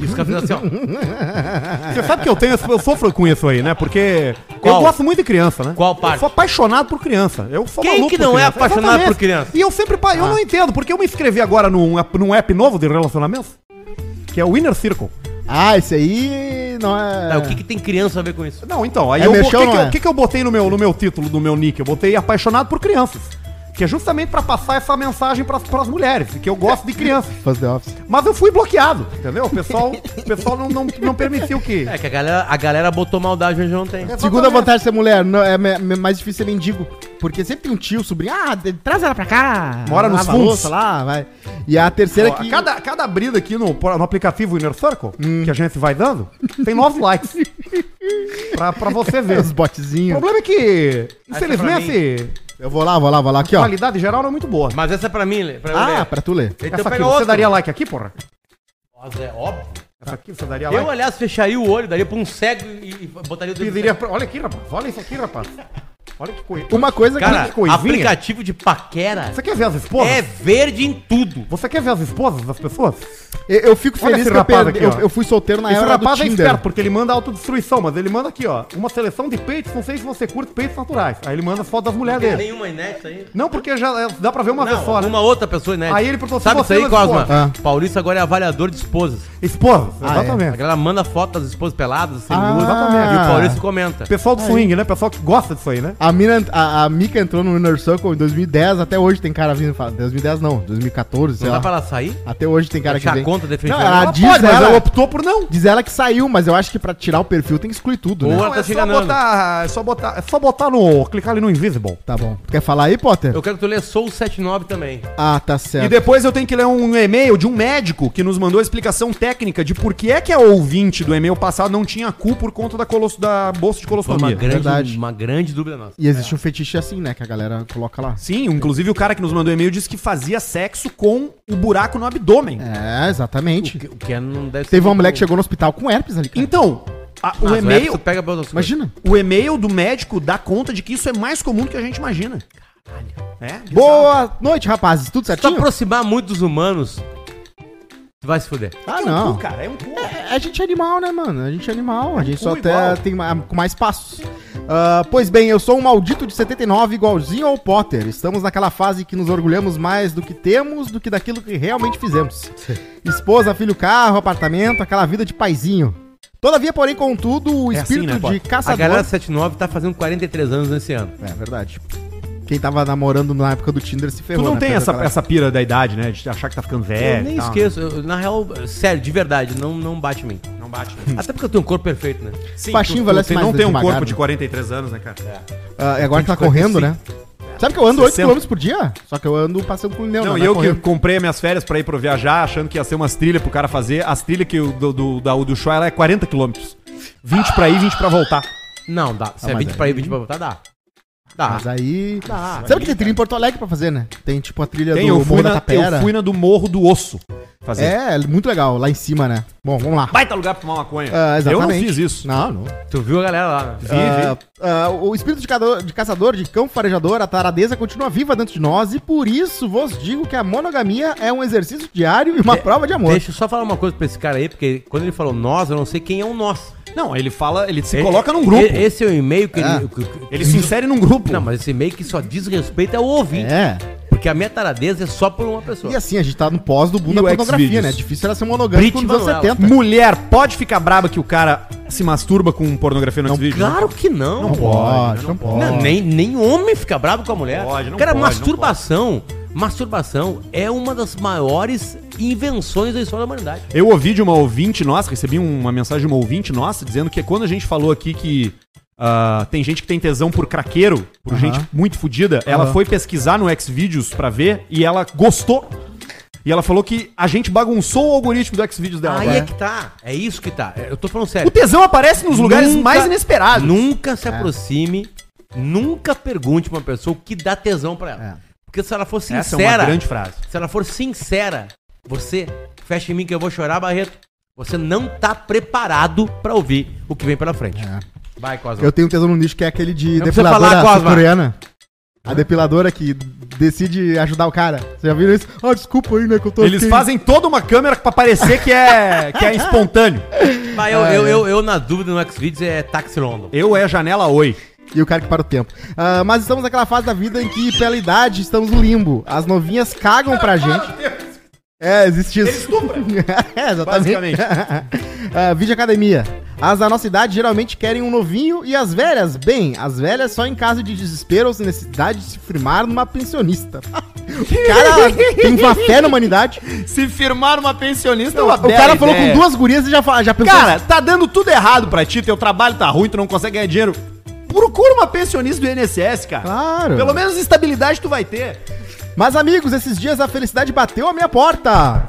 e os caras fizeram assim, ó.
Você sabe que eu tenho, eu sofro com isso aí, né? Porque
Qual?
eu gosto muito de criança, né?
Qual parte?
Eu sou apaixonado por criança. Eu sou
Quem
maluco
que
por
não é
criança.
apaixonado
Exatamente.
por criança? Ah.
E eu sempre, pa- eu não entendo, porque eu me inscrevi agora num, app- num app novo de relacionamento, que é o Inner Circle.
Ah, esse aí não é.
Tá, o que, que tem criança a ver com isso?
Não, então, aí
É
eu,
mexer
o que,
ou
que
não
eu-
é?
que que eu botei no meu, no meu título, no meu nick? Eu botei apaixonado por crianças. Que é justamente pra passar essa mensagem pras, pras mulheres, que eu gosto de crianças.
Faz The Office.
Mas eu fui bloqueado, entendeu? O pessoal, o pessoal não, não, não permitiu que.
É que a galera, a galera botou maldade onde não tem.
Segunda vantagem de ser mulher, não, é me- me- mais difícil ser mendigo. Porque sempre tem um tio, sobrinho, ah, de- traz ela pra cá.
Mora nos
lava a
fundos.
louça lá, vai. E a terceira é
Ó,
que.
cada, cada abrida aqui no, no aplicativo Inner Circle,
Hum.
que a gente vai dando, tem nove likes. pra, pra você ver.
Os
O
botezinhos.
problema é que,
Essa
infelizmente,
Eu vou lá, vou lá, vou lá, aqui,
a
ó.
qualidade geral não é muito boa.
Mas essa é pra mim, Lê, pra eu
Ah,
ler.
pra tu ler.
Então
Essa aqui,
pega
você
outra.
daria like aqui, porra?
Nossa, é óbvio.
Essa aqui você daria
Eu,
like?
aliás, fecharia o olho, daria pra um cego e, e botaria o
Eu
dedo no
diria, pra- olha aqui, rapaz. Olha isso aqui, rapaz. Olha que coisa.
Uma coisa que.
Cara,
que coisinha.
aplicativo de paquera
Você quer ver as esposas?
é verde em tudo.
Você quer ver as esposas das pessoas?
Eu, eu fico
Olha
feliz
esse
que eu,
rapaz
perdi-
aqui, ó.
eu, eu fui solteiro na
Esse
era do
rapaz é
Tinder.
esperto, porque ele manda autodestruição, mas ele manda aqui, ó. Uma seleção de peitos, não sei se você curte peitos naturais. Aí ele manda foto das mulheres dele.
Nenhuma inédita aí.
Não, porque já é, dá pra ver uma vez
Não,
só, né?
uma outra pessoa inédita.
Aí ele perguntou, se
Sabe isso
você
aí,
não
Cosma?
escolhe.
Ah.
Paulista agora é avaliador de esposas.
Esposa,
Ah, é.
A
exatamente.
galera manda foto das esposas peladas, sem
Ah.
luz. E o Paulista comenta.
Pessoal do
É.
swing, né? Pessoal que gosta disso aí, né?
A, mina, a, a Mika entrou no Inner Circle em 2010, até hoje tem cara vindo e fala. 2010 não, 2014, sei
Não dá
lá.
pra ela sair?
Até hoje tem cara que
Fechar a
vem.
conta
Não, né?
definitivamente.
ela
Ela
diz,
pode, mas
ela,
ela optou por não.
diz ela que saiu, mas eu acho que pra tirar o perfil tem que excluir tudo, né?
Boa. tá se
só
enganando.
botar, é só botar, é só botar no, clicar ali no invisible.
Tá bom. Tu quer falar aí, Potter?
Eu quero que tu leia Soul 79 também.
Ah, tá
E
certo.
depois eu tenho que ler um e-mail de um médico que nos mandou a explicação técnica de por que é que a ouvinte do e-mail passado não tinha cu por conta da, colos, da bolsa de
Foi uma
colostomia.
grande,
verdade.
uma grande dúvida nossa.
E existe um fetiche assim, né? Que a galera coloca lá.
Sim, inclusive o cara que nos mandou e-mail disse que fazia sexo com o buraco no abdômen.
É,
O
exatamente.
que, o que é- não deve
Teve uma
muito-
mulher que chegou no hospital com herpes ali, cara.
Então, a-
Ah,
o
mas
e-mail,
tu pega pelas coisas.
Imagina.
o e-mail do médico dá conta de que isso é mais comum do que a gente imagina. É?
Boa noite, rapazes. Tudo
Se tu
certinho?
aproximar muito dos humanos, tu vai se fuder.
Ah,
É um
não.
cu, cara, é um cu.
É, a gente é animal, né, mano? A gente é animal. A gente só
cu
até
igual.
tem ma- com mais passos. Ah, pois bem, eu sou um maldito de 79, igualzinho ao Potter. Estamos naquela fase que nos orgulhamos mais do que temos do que daquilo que realmente fizemos. Esposa, filho, carro, apartamento, aquela vida de paizinho. Todavia, porém, contudo, o
É assim,
espírito
né,
de
Potter?
caçador.
A galera 79 tá fazendo 43 anos nesse ano.
É verdade. Quem tava namorando na época do Tinder se
Tu
ferrou.
não
né?
tem
Perdeu
essa,
aquela-
essa pira da idade, né? De achar que tá ficando velho.
eu nem
e tal,
esqueço. eu- na real, sério, de verdade, não, não bate em mim.
né? Não bate.
Até porque eu tenho um corpo perfeito, né?
Sim,
Baixinho
tu,
envelhece
tu
mais
não tem um
devagar,
corpo de
né?
43 anos, né,
É.
cara?
Ah, e agora que tá correndo, né? Sabe que eu ando 8
60.
km por dia? Só que eu ando passeando com o Leão,
Não,
né?
e eu
correndo.
que comprei as minhas férias pra ir pra viajar, achando que ia ser umas trilhas pro cara fazer. As trilhas que o do, do, da- do show ela é 40 km. 20 pra ir, 20 pra voltar.
Não, dá. Se é
mas
20 pra ir, 20 pra voltar, dá. Dá.
Mas aí.
Ah. Dá.
Sabe que tem trilha em Porto Alegre pra fazer, né? Tem tipo a trilha
Tem,
do
eu, fui
Morro da
na,
Tapera.
eu fui na do Morro do Osso fazer.
É, muito legal, lá em cima, né? Bom, vamos lá.
Baita lugar pra tomar maconha.
Ah,
eu não
exatamente.
fiz isso.
Não, não.
Tu viu a galera lá, né?
Ah, ah, o espírito de, cado- de caçador, de cão farejador, a taradeza continua viva dentro de nós e por isso vos digo que a monogamia é um exercício diário e uma prova de amor.
Deixa eu só falar uma coisa pra esse cara aí, porque quando ele falou nós, eu não sei quem é o nós.
Não, ele fala, ele se
É,
Ele-
coloca num grupo.
e-
Ele,
Esse é o e-mail que
Ah.
ele. que- que-
se insere num grupo.
Não, mas esse e-mail que só diz respeito ao ouvinte.
É.
Porque a minha taradeza é só por uma pessoa.
E assim, a gente tá no pós do boom
E o
da pornografia,
Xvideos?
né? Difícil era ser monogâmico
Brit
nos anos
Manuel.
70.
Mulher pode ficar braba que o cara se masturba com pornografia no
Não,
Xvideos? né?
Claro que não.
Não pode, não pode.
Não, nem, nem homem fica bravo com a mulher.
Não pode, não
Cara,
pode, não
masturbação. Masturbação é uma das maiores invenções da história da humanidade.
Eu ouvi de uma ouvinte nossa, recebi um, uma mensagem de uma ouvinte nossa, dizendo que quando a gente falou aqui que ah, tem gente que tem tesão por craqueiro, por gente muito fodida, ela foi pesquisar no Xvideos pra ver e ela gostou. E ela falou que a gente bagunçou o algoritmo do Xvideos dela.
Aí
agora.
é que tá. É isso que tá. Eu tô falando
O
sério.
tesão aparece nos lugares
Nunca-
mais inesperados. É.
Nunca se aproxime, nunca pergunte pra uma pessoa o que dá tesão pra ela.
É.
Porque se ela for sincera.
Essa é uma grande frase.
Se ela for sincera, você fecha em mim que eu vou chorar, Barreto. Você não tá preparado pra ouvir o que vem pela frente.
É.
Vai, Cosma.
Eu tenho um tesão no nicho que é aquele de
Não precisa
depiladora
falar, Cosma.
coreana. A depiladora que decide ajudar o cara. Vocês já viram isso? Ah, desculpa aí, né? Que eu tô
Eles
aqui.
fazem toda uma câmera pra parecer que é, que é espontâneo.
Vai, eu,
É, né?
eu, eu, eu, na dúvida no Xvideos é Taxi London.
Eu é janela oi.
E o cara que para o tempo. Ah, mas estamos naquela fase da vida em que, pela idade, estamos no limbo. As novinhas cagam pra gente. É, existe isso. é, exatamente.
Basicamente.
Ah, vídeo academia. As da nossa idade geralmente querem um novinho e as velhas, bem, as velhas só em caso de desespero ou sem necessidade de se firmar numa pensionista. O cara tem uma fé na humanidade.
Se firmar uma pensionista, é uma
o cara falou com
duas.
duas gurias e já, fa- já pensou.
Cara, tá dando tudo errado pra ti, teu trabalho tá ruim, tu não consegue ganhar dinheiro. Procura uma pensionista do INSS, cara.
Claro.
Pelo menos estabilidade tu vai ter.
assim, Mas, amigos, esses dias a felicidade bateu à minha porta.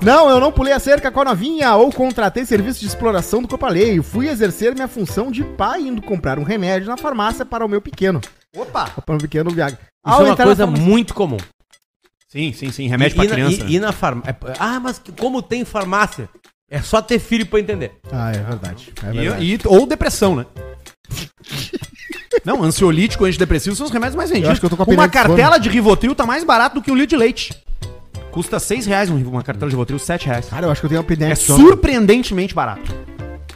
Não, eu não pulei a cerca com a novinha ou contratei serviço de exploração do corpo alheio. Fui exercer minha função de pai indo comprar um remédio na farmácia para o meu pequeno.
Opa!
Para o meu pequeno Viagra.
Isso é uma coisa
na farmácia-
muito comum.
Sim, sim, sim. Remédio
e,
É pra
na-
criança. né?
e- e na farmácia. Ah, mas que- como tem farmácia? É só ter filho pra entender.
Ah, é verdade. É
E-
verdade.
e- ou depressão, né? não, ansiolítico, antidepressivo são os remédios mais vendidos.
Eu acho que eu tô com a
uma
apneia de
cartela de Rivotril tá mais barato do que um litro de leite. Custa seis reais um- uma cartela de Rivotril, R$ 7 reais.
Cara, eu acho que eu tenho uma
É
epidemia de sono.
surpreendentemente barato.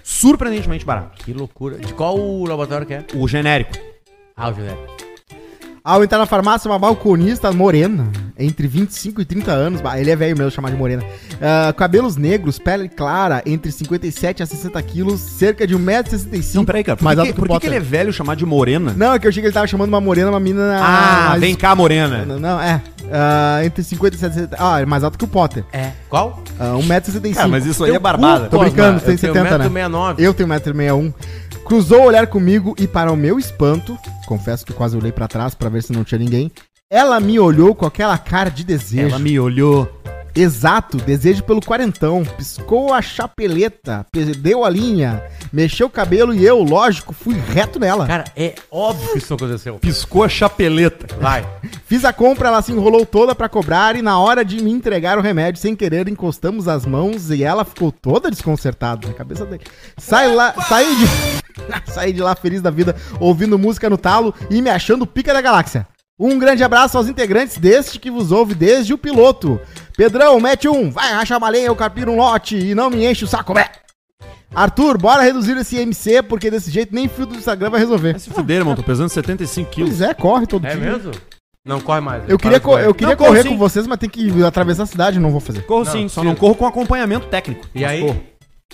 Surpreendentemente barato.
Que loucura. De qual o laboratório que é?
O genérico.
Ah, o José.
Ao entrar na farmácia, uma balconista morena, entre 25 e 30 anos, bah, ele é velho mesmo chamar de morena, ah, cabelos negros, pele clara, entre 57 a 60 quilos, cerca de 1,65m.
Não, peraí, cara. Por,
mais
que,
alto
que-
que
por que,
o
que
Potter.
ele é velho chamar de morena?
Não, é que eu achei que ele tava chamando uma morena, uma mina...
Ah,
mais-
vem né? cá, morena.
Não, não, é. Ah, entre 50 e 70. Ah, é mais alto que o Potter.
É. Qual?
Ah, 1,65m.
Cara, mas isso aí é barbada. um
Tô
Cosma,
brincando, tem
eu tenho
70, né?
1,69.
Eu tenho 1,61m. Cruzou o olhar comigo e, para o meu espanto, confesso que quase olhei pra trás pra ver se não tinha ninguém, ela me olhou com aquela cara de desejo.
Ela me olhou.
Exato, desejo pelo quarentão. Piscou a chapeleta, perdeu a linha, mexeu o cabelo e eu, lógico, fui reto nela.
Cara, é óbvio que isso não aconteceu.
Piscou a chapeleta.
Vai.
Fiz a compra, ela se enrolou toda pra cobrar e na hora de me entregar o remédio, sem querer, encostamos as mãos e ela ficou toda desconcertada na cabeça dele. Sai lá, saí de saí de lá feliz da vida, ouvindo música no talo e me achando pica da galáxia. Um grande abraço aos integrantes deste que vos ouve desde o piloto. Pedrão, mete um, vai rachar uma lenha, eu capiro um lote e não me enche o saco, bé. Arthur, bora reduzir esse MC, porque desse jeito nem fio do Instagram vai resolver.
Vai se fuder, irmão. Tô pesando 75 quilos.
Pois é, corre todo
É
dia.
mesmo? Não corre mais.
Eu queria,
Para de
co-
correr.
eu queria
Não, corre
correr
sim.
com vocês, mas tem que atravessar a cidade, não vou fazer.
Corro
Não,
sim, só
tira.
não corro com acompanhamento técnico.
E aí?
Mas corro.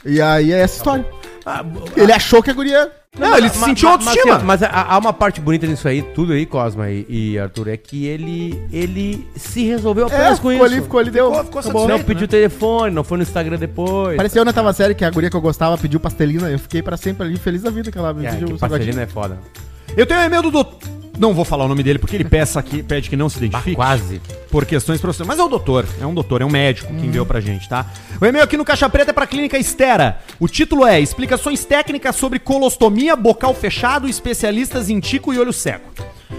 E aí é essa história.
Ah,
Ele achou que a guria
Não, ele se sentiu
mas-
autoestima.
Mas, assim, ó, mas há há uma parte bonita nisso aí, tudo aí, Cosma e, e Arthur, é que ele, ele se resolveu
É,
apenas com isso.
ficou ali, ficou ali, deu.
Ficou- ficou
acabou.
não
satisfeito,
pediu telefone, não foi no Instagram depois.
Pareceu na tava série que a guria que eu gostava pediu pastelina. Eu fiquei pra sempre ali, feliz da vida que ela me
É,
pediu
que
um salgadinho.
Pastelino é foda.
Eu tenho um e-mail do doutor. Não vou falar o nome dele porque ele peça aqui, pede que não se
Bah,
identifique.
quase.
por questões profissionais. Mas é um doutor, é um doutor, é um médico que enviou pra gente, tá? O e-mail aqui no Caixa Preta é pra Clínica Estera. O título é Explicações técnicas sobre colostomia, bocal fechado, especialistas em tico e olho seco.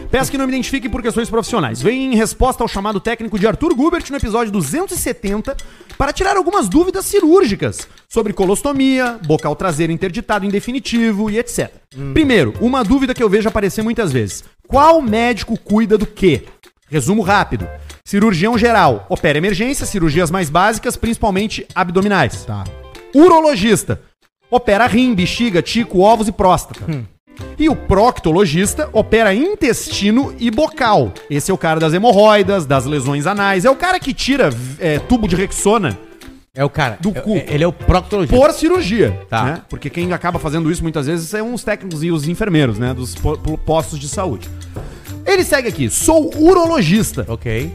Peço que não me identifique por questões profissionais. Vem em resposta ao chamado técnico de Arthur Gubert no episódio 270 para tirar algumas dúvidas cirúrgicas sobre colostomia, bocal traseiro interditado em definitivo e etc. Primeiro, uma dúvida que eu vejo aparecer muitas vezes. Qual médico cuida do quê? Resumo rápido. Cirurgião geral opera emergência, cirurgias mais básicas, principalmente abdominais.
Tá.
Urologista opera rim, bexiga, tico, ovos e próstata. E o proctologista opera intestino e bocal. Esse é o cara das hemorroidas, das lesões anais. É o cara que tira é, tubo de Rexona
É o cara.
Do
é-
cu.
é- Ele é o proctologista.
por cirurgia.
Tá.
né? Porque quem acaba fazendo isso muitas vezes são os técnicos e os enfermeiros, né? Dos po- postos de saúde. Ele segue aqui. Sou urologista.
Ok.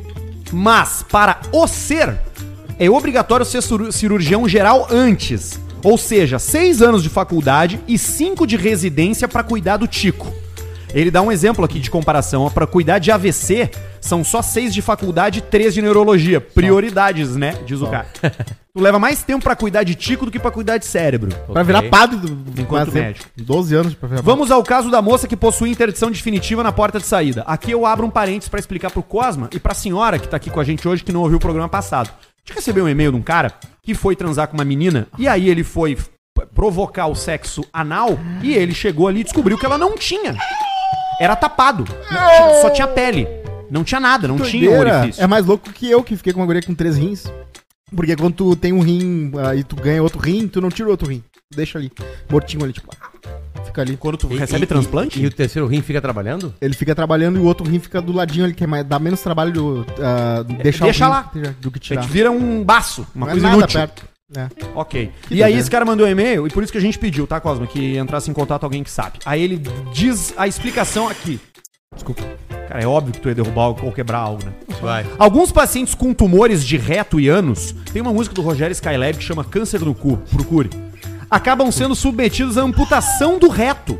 Mas, para o ser, é obrigatório ser ciru- cirurgião geral antes. Ou seja, seis anos de faculdade e cinco de residência para cuidar do tico. Ele dá um exemplo aqui de comparação. Para cuidar de AVC, são só seis de faculdade e três de neurologia. Prioridades, né? Diz o cara. tu leva mais tempo para cuidar de tico do que para cuidar de cérebro.
Pra
é ok.
virar padre do
Enquanto
quase
médico.
12 anos pra virar
Vamos ao caso da moça que possui interdição definitiva na porta de saída. Aqui eu abro um parênteses pra explicar pro Cosma e pra senhora que tá aqui com a gente hoje que não ouviu o programa passado. A gente recebeu um e-mail de um cara que foi transar com uma menina e aí ele foi f- provocar o sexo anal e ele chegou ali e descobriu que ela não tinha. Era tapado. Não tinha- Só tinha pele. Não tinha nada, não tinha um
Doideira.
orifício.
É mais louco que eu, que fiquei com uma guria com três rins. Porque quando tu tem um rim ah, e tu ganha outro rim, tu não tira o outro rim. Tu deixa ali, mortinho ali, tipo, ah, fica ali.
Quando tu
E-
recebe
e-
transplante?
E, e o terceiro rim fica trabalhando?
Ele fica trabalhando e o outro rim fica do ladinho ali, que é mais, dá menos trabalho do, ah, deixar
É, deixa
o rim
lá.
do que
a
tirar.
gente vira um baço, uma
Não é
coisa
nada
inútil.
perto. né?
Ok. e
Que
aí
doideira.
esse cara mandou um e-mail, e por isso que a gente pediu, tá, Cosmo? Que entrasse em contato alguém que sabe. Aí ele diz a explicação aqui. Desculpa. Cara, é óbvio que tu ia derrubar algo ou quebrar algo, né?
é
Vai.
Alguns pacientes com tumores de reto e ânus, tem uma música do Rogério Skylab que chama Câncer no Cu, procure, acabam sendo submetidos à amputação do reto.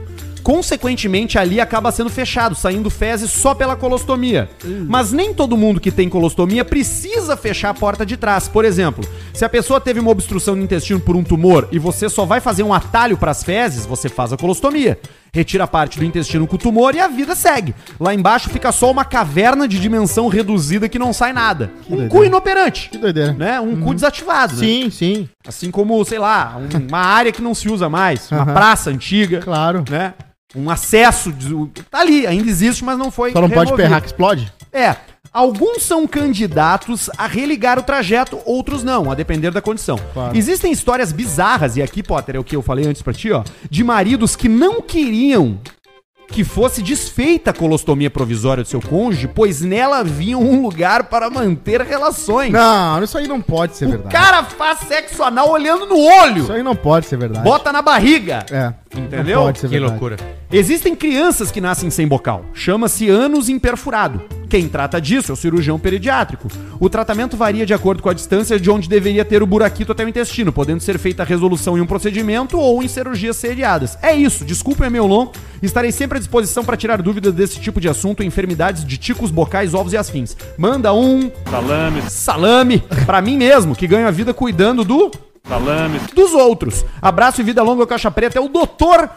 Consequentemente, ali acaba sendo fechado, saindo fezes só pela colostomia. Mas nem todo mundo que tem colostomia precisa fechar a porta de trás. Por exemplo, se a pessoa teve uma obstrução do intestino por um tumor e você só vai fazer um atalho para as fezes, você faz a colostomia. Retira a parte do intestino com o tumor e a vida segue. Lá embaixo fica só uma caverna de dimensão reduzida que não sai nada. um cu
doideira.
inoperante.
Que doideira.
Né? Um cu desativado. né?
Uhum. Sim, sim,
Assim como, sei lá, um- uma área que não se usa mais, uma
Aham.
praça antiga,
claro.
né? Um acesso. de- Tá ali, ainda existe, mas não foi.
Só não pode
removido.
ferrar que explode.
É. Alguns são candidatos a religar o trajeto, outros não, a depender da condição.
Claro.
Existem histórias bizarras, e aqui, Potter, é o que eu falei antes pra ti, ó, de maridos que não queriam que fosse desfeita a colostomia provisória do seu cônjuge, pois nela havia um lugar para manter relações.
Não, isso aí não pode ser
o
verdade.
cara faz sexo anal olhando no olho,
Isso aí não pode ser verdade.
bota na barriga.
É.
Entendeu?
Não pode ser
Que
verdade.
loucura.
Existem crianças que nascem sem bocal. Chama-se ânus imperfurado. Quem trata disso é o cirurgião peridiátrico. O tratamento varia de acordo com a distância de onde deveria ter o buraquito até o intestino, podendo ser feita a resolução em um procedimento ou em cirurgias seriadas. É isso, desculpem meu longo. Estarei sempre à disposição para tirar dúvidas desse tipo de assunto, enfermidades de ticos, bocais, ovos e afins. Manda um
Salame,
salame pra mim mesmo, que ganho a vida cuidando do
salame,
dos outros. Abraço e vida longa ao Caixa Preta. É o doutor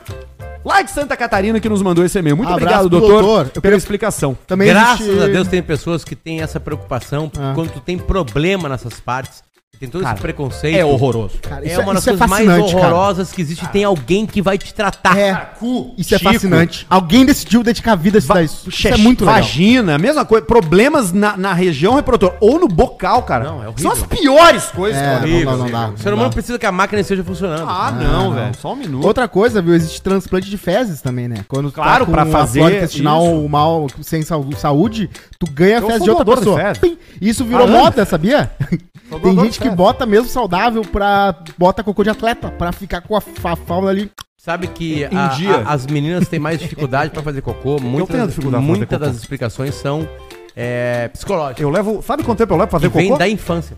lá de Santa Catarina que nos mandou esse e-mail. Muito
Abraço
obrigado,
pro
doutor,
doutor. Eu
pela
queria-
explicação.
Também
Graças
existe-
a Deus tem pessoas que têm essa preocupação, porque
Ah.
quando tu tem problema nessas partes, tem todo
Cara,
esse preconceito.
horroroso.
Cara,
é
isso
uma das
isso
coisas mais
fascinante, cara.
horrorosas que existe. Tem alguém que vai te tratar.
É. Isso é
Chico.
fascinante. Alguém decidiu dedicar a vida a estudar isso. Isso é muito legal.
Vagina, a mesma coisa. Problemas na, na região reprodutora ou no bocal, cara.
Não, é
São
horrível.
as piores coisas,
É,
cara.
não, não, não
horrível.
dá. É,
o ser
não
humano
dá.
precisa que a máquina esteja funcionando.
Ah, não, velho. Só um minuto.
Outra coisa, viu? Existe transplante de fezes também, né? Quando tu
Claro, pra
uma
fazer
flora intestinal
isso.
mal, sem sau- saúde, tu ganha a
Eu
fezes
sou
de outra
doador de
pessoa.
fezes.
Pim! Isso virou
Ah,
moda, sabia?
Sou
Tem
doador de
gente que
fezes.
bota mesmo saudável pra... Bota cocô de atleta pra ficar com a fa- fauna ali.
Sabe que
Em
a-
dia.
a- as meninas têm mais dificuldade pra fazer cocô.
tenho
Muitas,
dificuldade pra
muitas
fazer cocô.
das explicações são é, psicológicas.
Eu levo. Sabe quanto tempo eu levo pra
Que
fazer
vem
cocô?
da infância.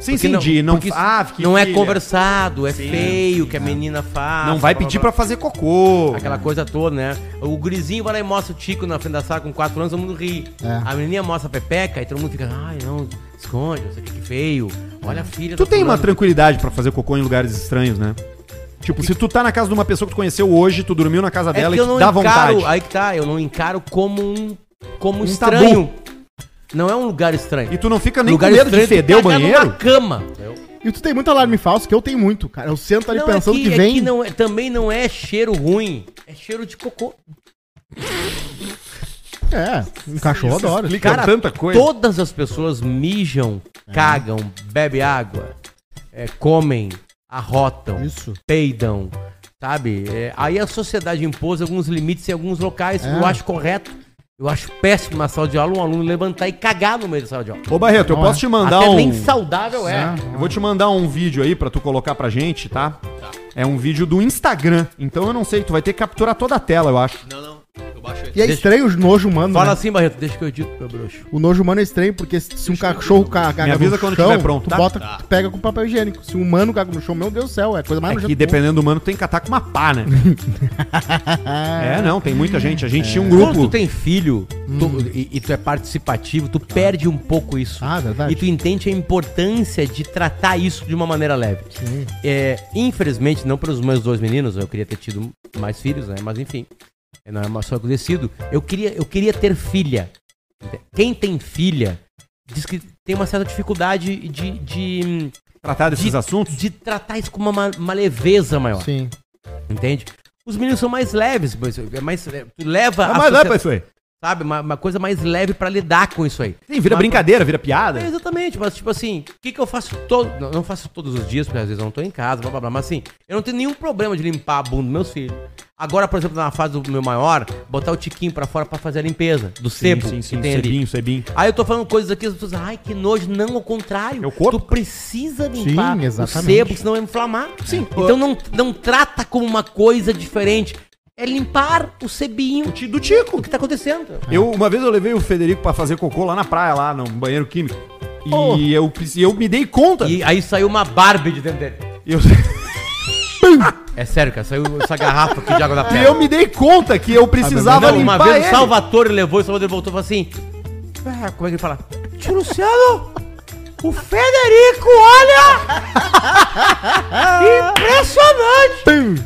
Sim,
Porque
sim, de não.
porque isso
Ah, fiquei
não é
filha.
conversado, é
Sim,
feio que a menina faz.
Não vai
blá,
pedir
blá,
pra fazer cocô.
blá. Aquela coisa toda, né? O gurizinho vai lá e mostra o tico na frente da sala com 4 anos, todo mundo ri.
É.
A menininha mostra a pepeca e todo mundo fica, ai, não, esconde, não sei o que, que feio. Olha a filha
Tu
da
tem uma
fulana."
tranquilidade pra fazer cocô em lugares estranhos, né? Tipo, se tu tá na casa de uma pessoa que tu conheceu hoje, tu dormiu na casa
É
dela
que
e
eu
te
não
dá
encaro,
vontade.
aí que tá, eu não encaro como um como
tabu.
estranho. Não é um lugar estranho.
E tu não fica nem
lugar
com medo de
estranho, é tu
feder o
cagar
banheiro?
Numa cama.
E tu tem muito alarme falso, que eu tenho muito, cara. Eu sento ali
Não,
pensando
é
que, vem.
É não é- também não é cheiro ruim, é cheiro de cocô.
É, um cachorro adora.
explica tanta coisa. É.
Todas as pessoas mijam, cagam, bebem água, é, comem, arrotam,
Isso.
peidam, sabe? É, aí a sociedade impôs alguns limites em alguns locais que
É.
eu acho correto. Eu acho péssimo na sala de aula um aluno levantar e cagar no meio da sala de aula.
Ô Barreto, eu
Não
posso
é.
te mandar
Até
um.
nem saudável é.
É.
Eu vou te mandar um vídeo aí pra tu colocar pra gente, tá? É um vídeo do Instagram. Então eu não sei, tu vai ter que capturar toda a tela, eu acho.
Não, não. Eu baixo ele.
E é estranho o nojo humano.
Fala
né?
assim, Barreto, deixa que eu edito, meu bruxo.
O nojo humano é estranho, porque se se um cachorro ca- caga
assim. Me avisa
no
quando
chão,
tiver pronto,
tu,
tá?
bota, tu pega com papel higiênico. Se um humano caga no chão, meu Deus do céu, é a coisa mais
É
nojenta
que
do mundo.
dependendo do mano, tu tem que catar com uma pá, né?
né?
é, não, tem muita gente. A gente tinha um
É. Quando tu
grupo. Hum.
tem filho tu- e, e tu é participativo, tu perde um pouco isso.
Ah, verdade.
E tu entende a importância de tratar isso de uma maneira leve. É, infelizmente, não pelos meus dois meninos, eu queria ter tido mais filhos, né? Mas enfim, não é uma só que eu decido. Eu queria, eu queria ter filha. Quem tem filha diz que tem uma certa dificuldade de, de,
Tratar desses
de-
assuntos.
de tratar isso com uma, ma- uma leveza maior.
Sim.
Entende? Os meninos são mais leves, mas é mais, é, tu leva
Ah,
a
mas é,
sociedade-
pessoal.
sabe, uma, uma coisa mais leve pra lidar com isso aí.
Sim, vira
Mas-
brincadeira, vira piada.
É, exatamente, mas tipo assim, o que, que eu faço todo. Não, não faço todos os dias, porque às vezes eu não tô em casa, blá blá blá. Mas assim, eu não tenho nenhum problema de limpar a bunda dos meus filhos. Agora, por exemplo, na fase do meu maior, botar o tiquinho pra fora pra fazer a limpeza do sebo
sim, sim,
que tem ali.
sebinho, sebinho.
Aí eu tô falando coisas aqui, as pessoas, ai, que nojo. Não, ao contrário.
É o corpo.
Tu precisa limpar
Sim,
o
exatamente.
sebo, senão vai inflamar. Sim. Então não, não trata como uma coisa diferente. É limpar o sebinho.
Ti- Do Tico.
O que tá acontecendo?
Eu, uma vez eu levei o Federico pra fazer cocô lá na praia, lá no banheiro químico. E
Oh.
eu, preci- eu me dei conta.
E aí saiu uma Barbie de dentro dele.
Eu,
É sério, cara, saiu essa garrafa aqui de água da
e
pedra.
eu me dei conta que eu precisava
Ah, Não,
limpar
uma vez o
ele.
Salvatore levou e o Salvatore voltou e falou assim: "Ah, Como é que ele fala? Tio Luciano, o Federico, olha! Impressionante!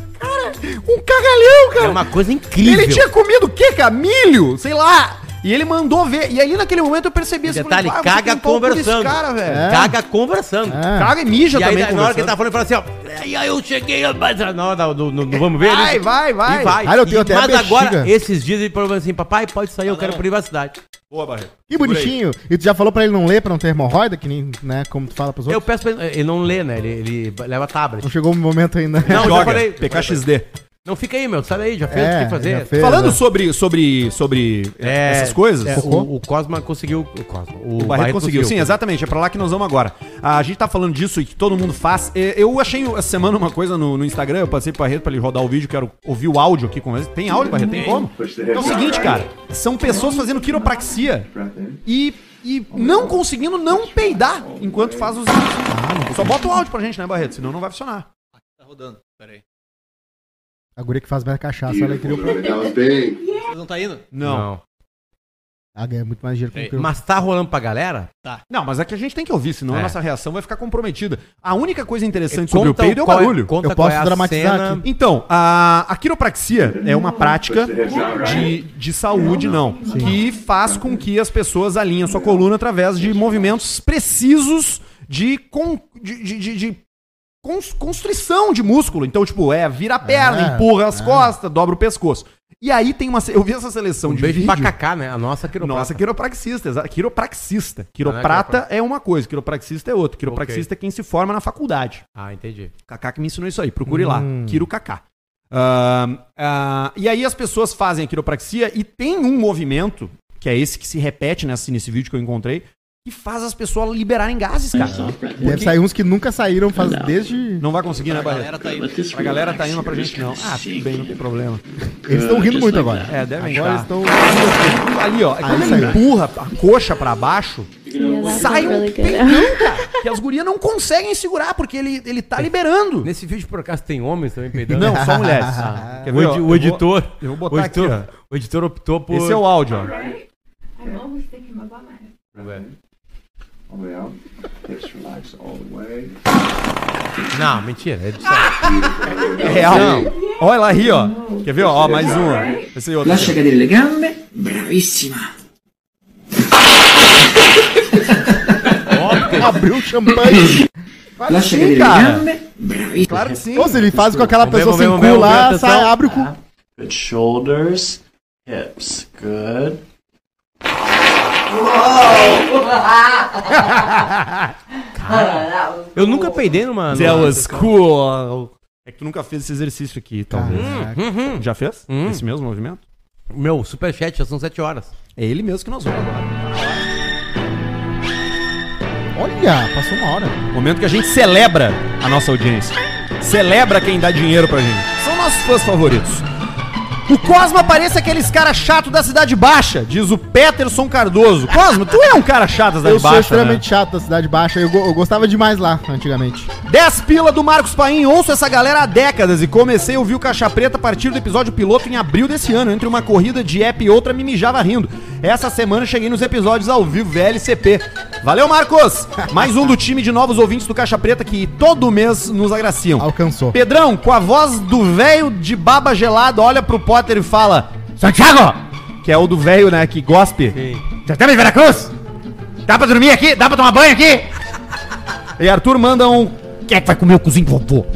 Um cagalhão,
É
cara.
uma coisa incrível.
Ele tinha comido o quê, cara? Milho? Sei lá. E ele mandou ver. E ali naquele momento eu percebi assim,
Detalhe,
falei, "Ah, vou
caga
limpar o cu desse
conversando.
Cara, velho.
É.
Caga conversando.
É.
Caga e mija
E aí,
também
na hora que
conversando.
ele tá falando, ele fala assim, ó. E aí eu cheguei, mas ah, na hora do, do- do vamos ver,
Vai,
né?
vai, vai.
E vai.
Cara, eu tenho
E-
até a
mas agora,
bexiga.
esses dias ele falou assim, papai, pode sair, eu quero privacidade.
Boa, Barreto.
Que bonitinho. E tu já falou pra ele não ler, pra não ter hemorroida, que nem, né, como tu fala pros
Eu
outros?
peço pra ele, ele não lê, né? Ele, ele leva tablet.
Não chegou o momento ainda.
Não, eu já
Joga,
falei.
PKXD.
Não fica aí, meu. Sai daí, já fez o que tem que fazer.
É, já fez,
Falando
né?
sobre, sobre, sobre
É,
essas coisas...
é,
Cocô?
o, o Cosma conseguiu. O Cosma. O,
O Barreto, conseguiu. Sim, exatamente. É pra lá que nós vamos agora. A gente tá falando disso e que todo mundo faz. É, Eu achei essa semana uma coisa no, no Instagram. Eu passei pro Barreto pra ele rodar o vídeo. Quero ouvir o áudio aqui com ele. Tem áudio, Barreto? Tem como? É o seguinte, cara. São pessoas fazendo quiropraxia e, e não conseguindo não peidar enquanto faz os. Só bota o áudio pra gente, né, Barreto? Senão não vai funcionar.
Tá rodando. Pera aí.
A guria que faz mais cachaça, ela queria...
That was big.
Vocês não tá indo?
Não. Não,
Não.
Ah, ganha muito mais dinheiro que o
Ei,
teu.
Mas tá rolando pra galera?
mas é que a gente tem que ouvir, senão a
É.
nossa reação vai ficar comprometida. A única coisa interessante sobre o peido é o barulho.
Conta
Eu
qual
posso
é a
dramatizar
cena-
aqui.
Então, a, a quiropraxia é uma prática de, de saúde, não, que faz com que as pessoas alinhem a sua coluna através de movimentos precisos de, con, de, de- de- de cons- constrição de músculo. Então, tipo, é vira a perna,
Ah,
É,
empurra as costas, dobra o pescoço. E aí tem uma. se- Eu vi essa seleção
Um
de
beijo
vídeo.
pra Cacá, né? A nossa que
Nossa, quiropraxista, exa- quiropraxista.
Ah,
Quiroprata
não
é uma coisa, quiropraxista é outra. Quiropraxista é quem se forma na faculdade.
Ah, entendi.
Kaká que me ensinou isso aí. Procure lá. Kiro Kaká. Ah, ah, e aí as pessoas fazem a quiropraxia e tem um movimento, que é esse que se repete nessa- nesse, vídeo que eu encontrei, que faz as pessoas liberarem gases, cara.
Deve sair uns que nunca saíram faz desde.
Não vai conseguir, né,
A
Barreto?
galera tá aí.
A galera tá indo mas pra gente não. Ah, tudo bem, não tem problema.
Eles estão rindo muito agora.
É, devem
Agora
estar.
estão.
Ali, ó. Quando
saiu.
ele empurra a coxa pra baixo, sai um peidão, cara. Que as gurias não conseguem segurar, porque ele, ele tá liberando.
Nesse vídeo, por acaso, tem homens também peidando?
Não, só mulheres.
Ah,
Quer
o,
ver,
edi-
ó?
o
Eu vou-
editor.
eu vou botar
o editor,
aqui,
O editor optou por.
Esse é o áudio, ó.
I'm always thinking about my
all the way out. Hips relax all the way.
Não, mentira. É edição.
É real. Olha lá ri, ó. Quer ver, ó? ó mais um. ó. Esse aí, outro.
Lascia cadere le gambe, bravissima.
Abriu o champanhe.
Lascia cadere
cara.
le gambe, bravissima.
Claro que sim.
Ou se ele faz com aquela
Vamos ver,
pessoa sem
vamos ver,
cu
vamos ver,
lá,
atenção. Ah.
sai, abre o cu.
Good shoulders, hips. Good.
Eu nunca peidei numa.
That
numa-
was cool. É que tu nunca fez esse exercício aqui, talvez.
Tá.
Uhum.
Já fez?
Hum.
Esse mesmo movimento?
Meu, superchat, já são 7 horas.
É ele mesmo que nós vamos agora.
Olha, passou uma hora.
Momento que a gente celebra a nossa audiência. Celebra quem dá dinheiro pra gente. São nossos fãs favoritos. O Cosma parece aqueles caras chato da Cidade Baixa, diz o Peterson Cardoso. Cosma, tu é um cara chato da Cidade
Eu sou
Baixa, né?
extremamente chato da Cidade Baixa. Eu, go- eu gostava demais lá, antigamente.
10 pila do Marcos Paim, ouço essa galera há décadas e comecei a ouvir o Caixa Preta a partir do episódio piloto em abril desse ano. Entre uma corrida de app e outra, me mijava rindo. Essa semana cheguei nos episódios ao vivo VLCP. Valeu, Marcos! Mais um do time de novos ouvintes do Caixa Preta que todo mês nos agraciam.
Alcançou.
Pedrão, com a voz do velho de baba gelada, olha pro Potter e fala: Santiago! tá Que é o do velho, né? Que gospe. Já estamos em Veracruz? Dá pra dormir aqui? Dá pra tomar banho aqui? E Arthur manda um. Quem é que vai comer o cozinho vovô?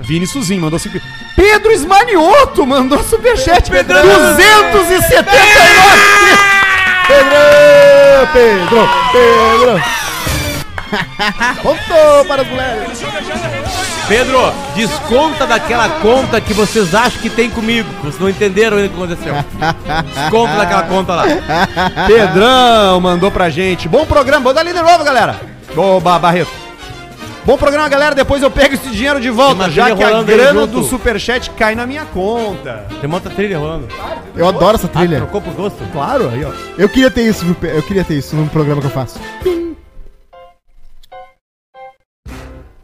Vini Suzinho mandou cinco. Pedro Esmanioto mandou superchat. 279! Pedro! Pedro! Pedro!
Voltou para as mulheres.
Pedro, desconta daquela conta que vocês acham que tem comigo. Vocês não entenderam ainda o que aconteceu. Desconta daquela conta lá.
Pedrão mandou pra gente. Bom programa. Vou dar ali de novo, galera. Ô, Ba- Barreto. Bom programa, galera. Depois eu pego esse dinheiro de volta,
Imagina
já que a
rolando aí
grana
junto.
do Superchat cai na minha conta.
Tem uma outra trilha rolando.
Eu adoro essa
Ah,
trilha.
trocou por gosto?
Claro, aí, ó.
Eu queria ter isso, viu, Pe- eu queria ter isso no programa que eu faço.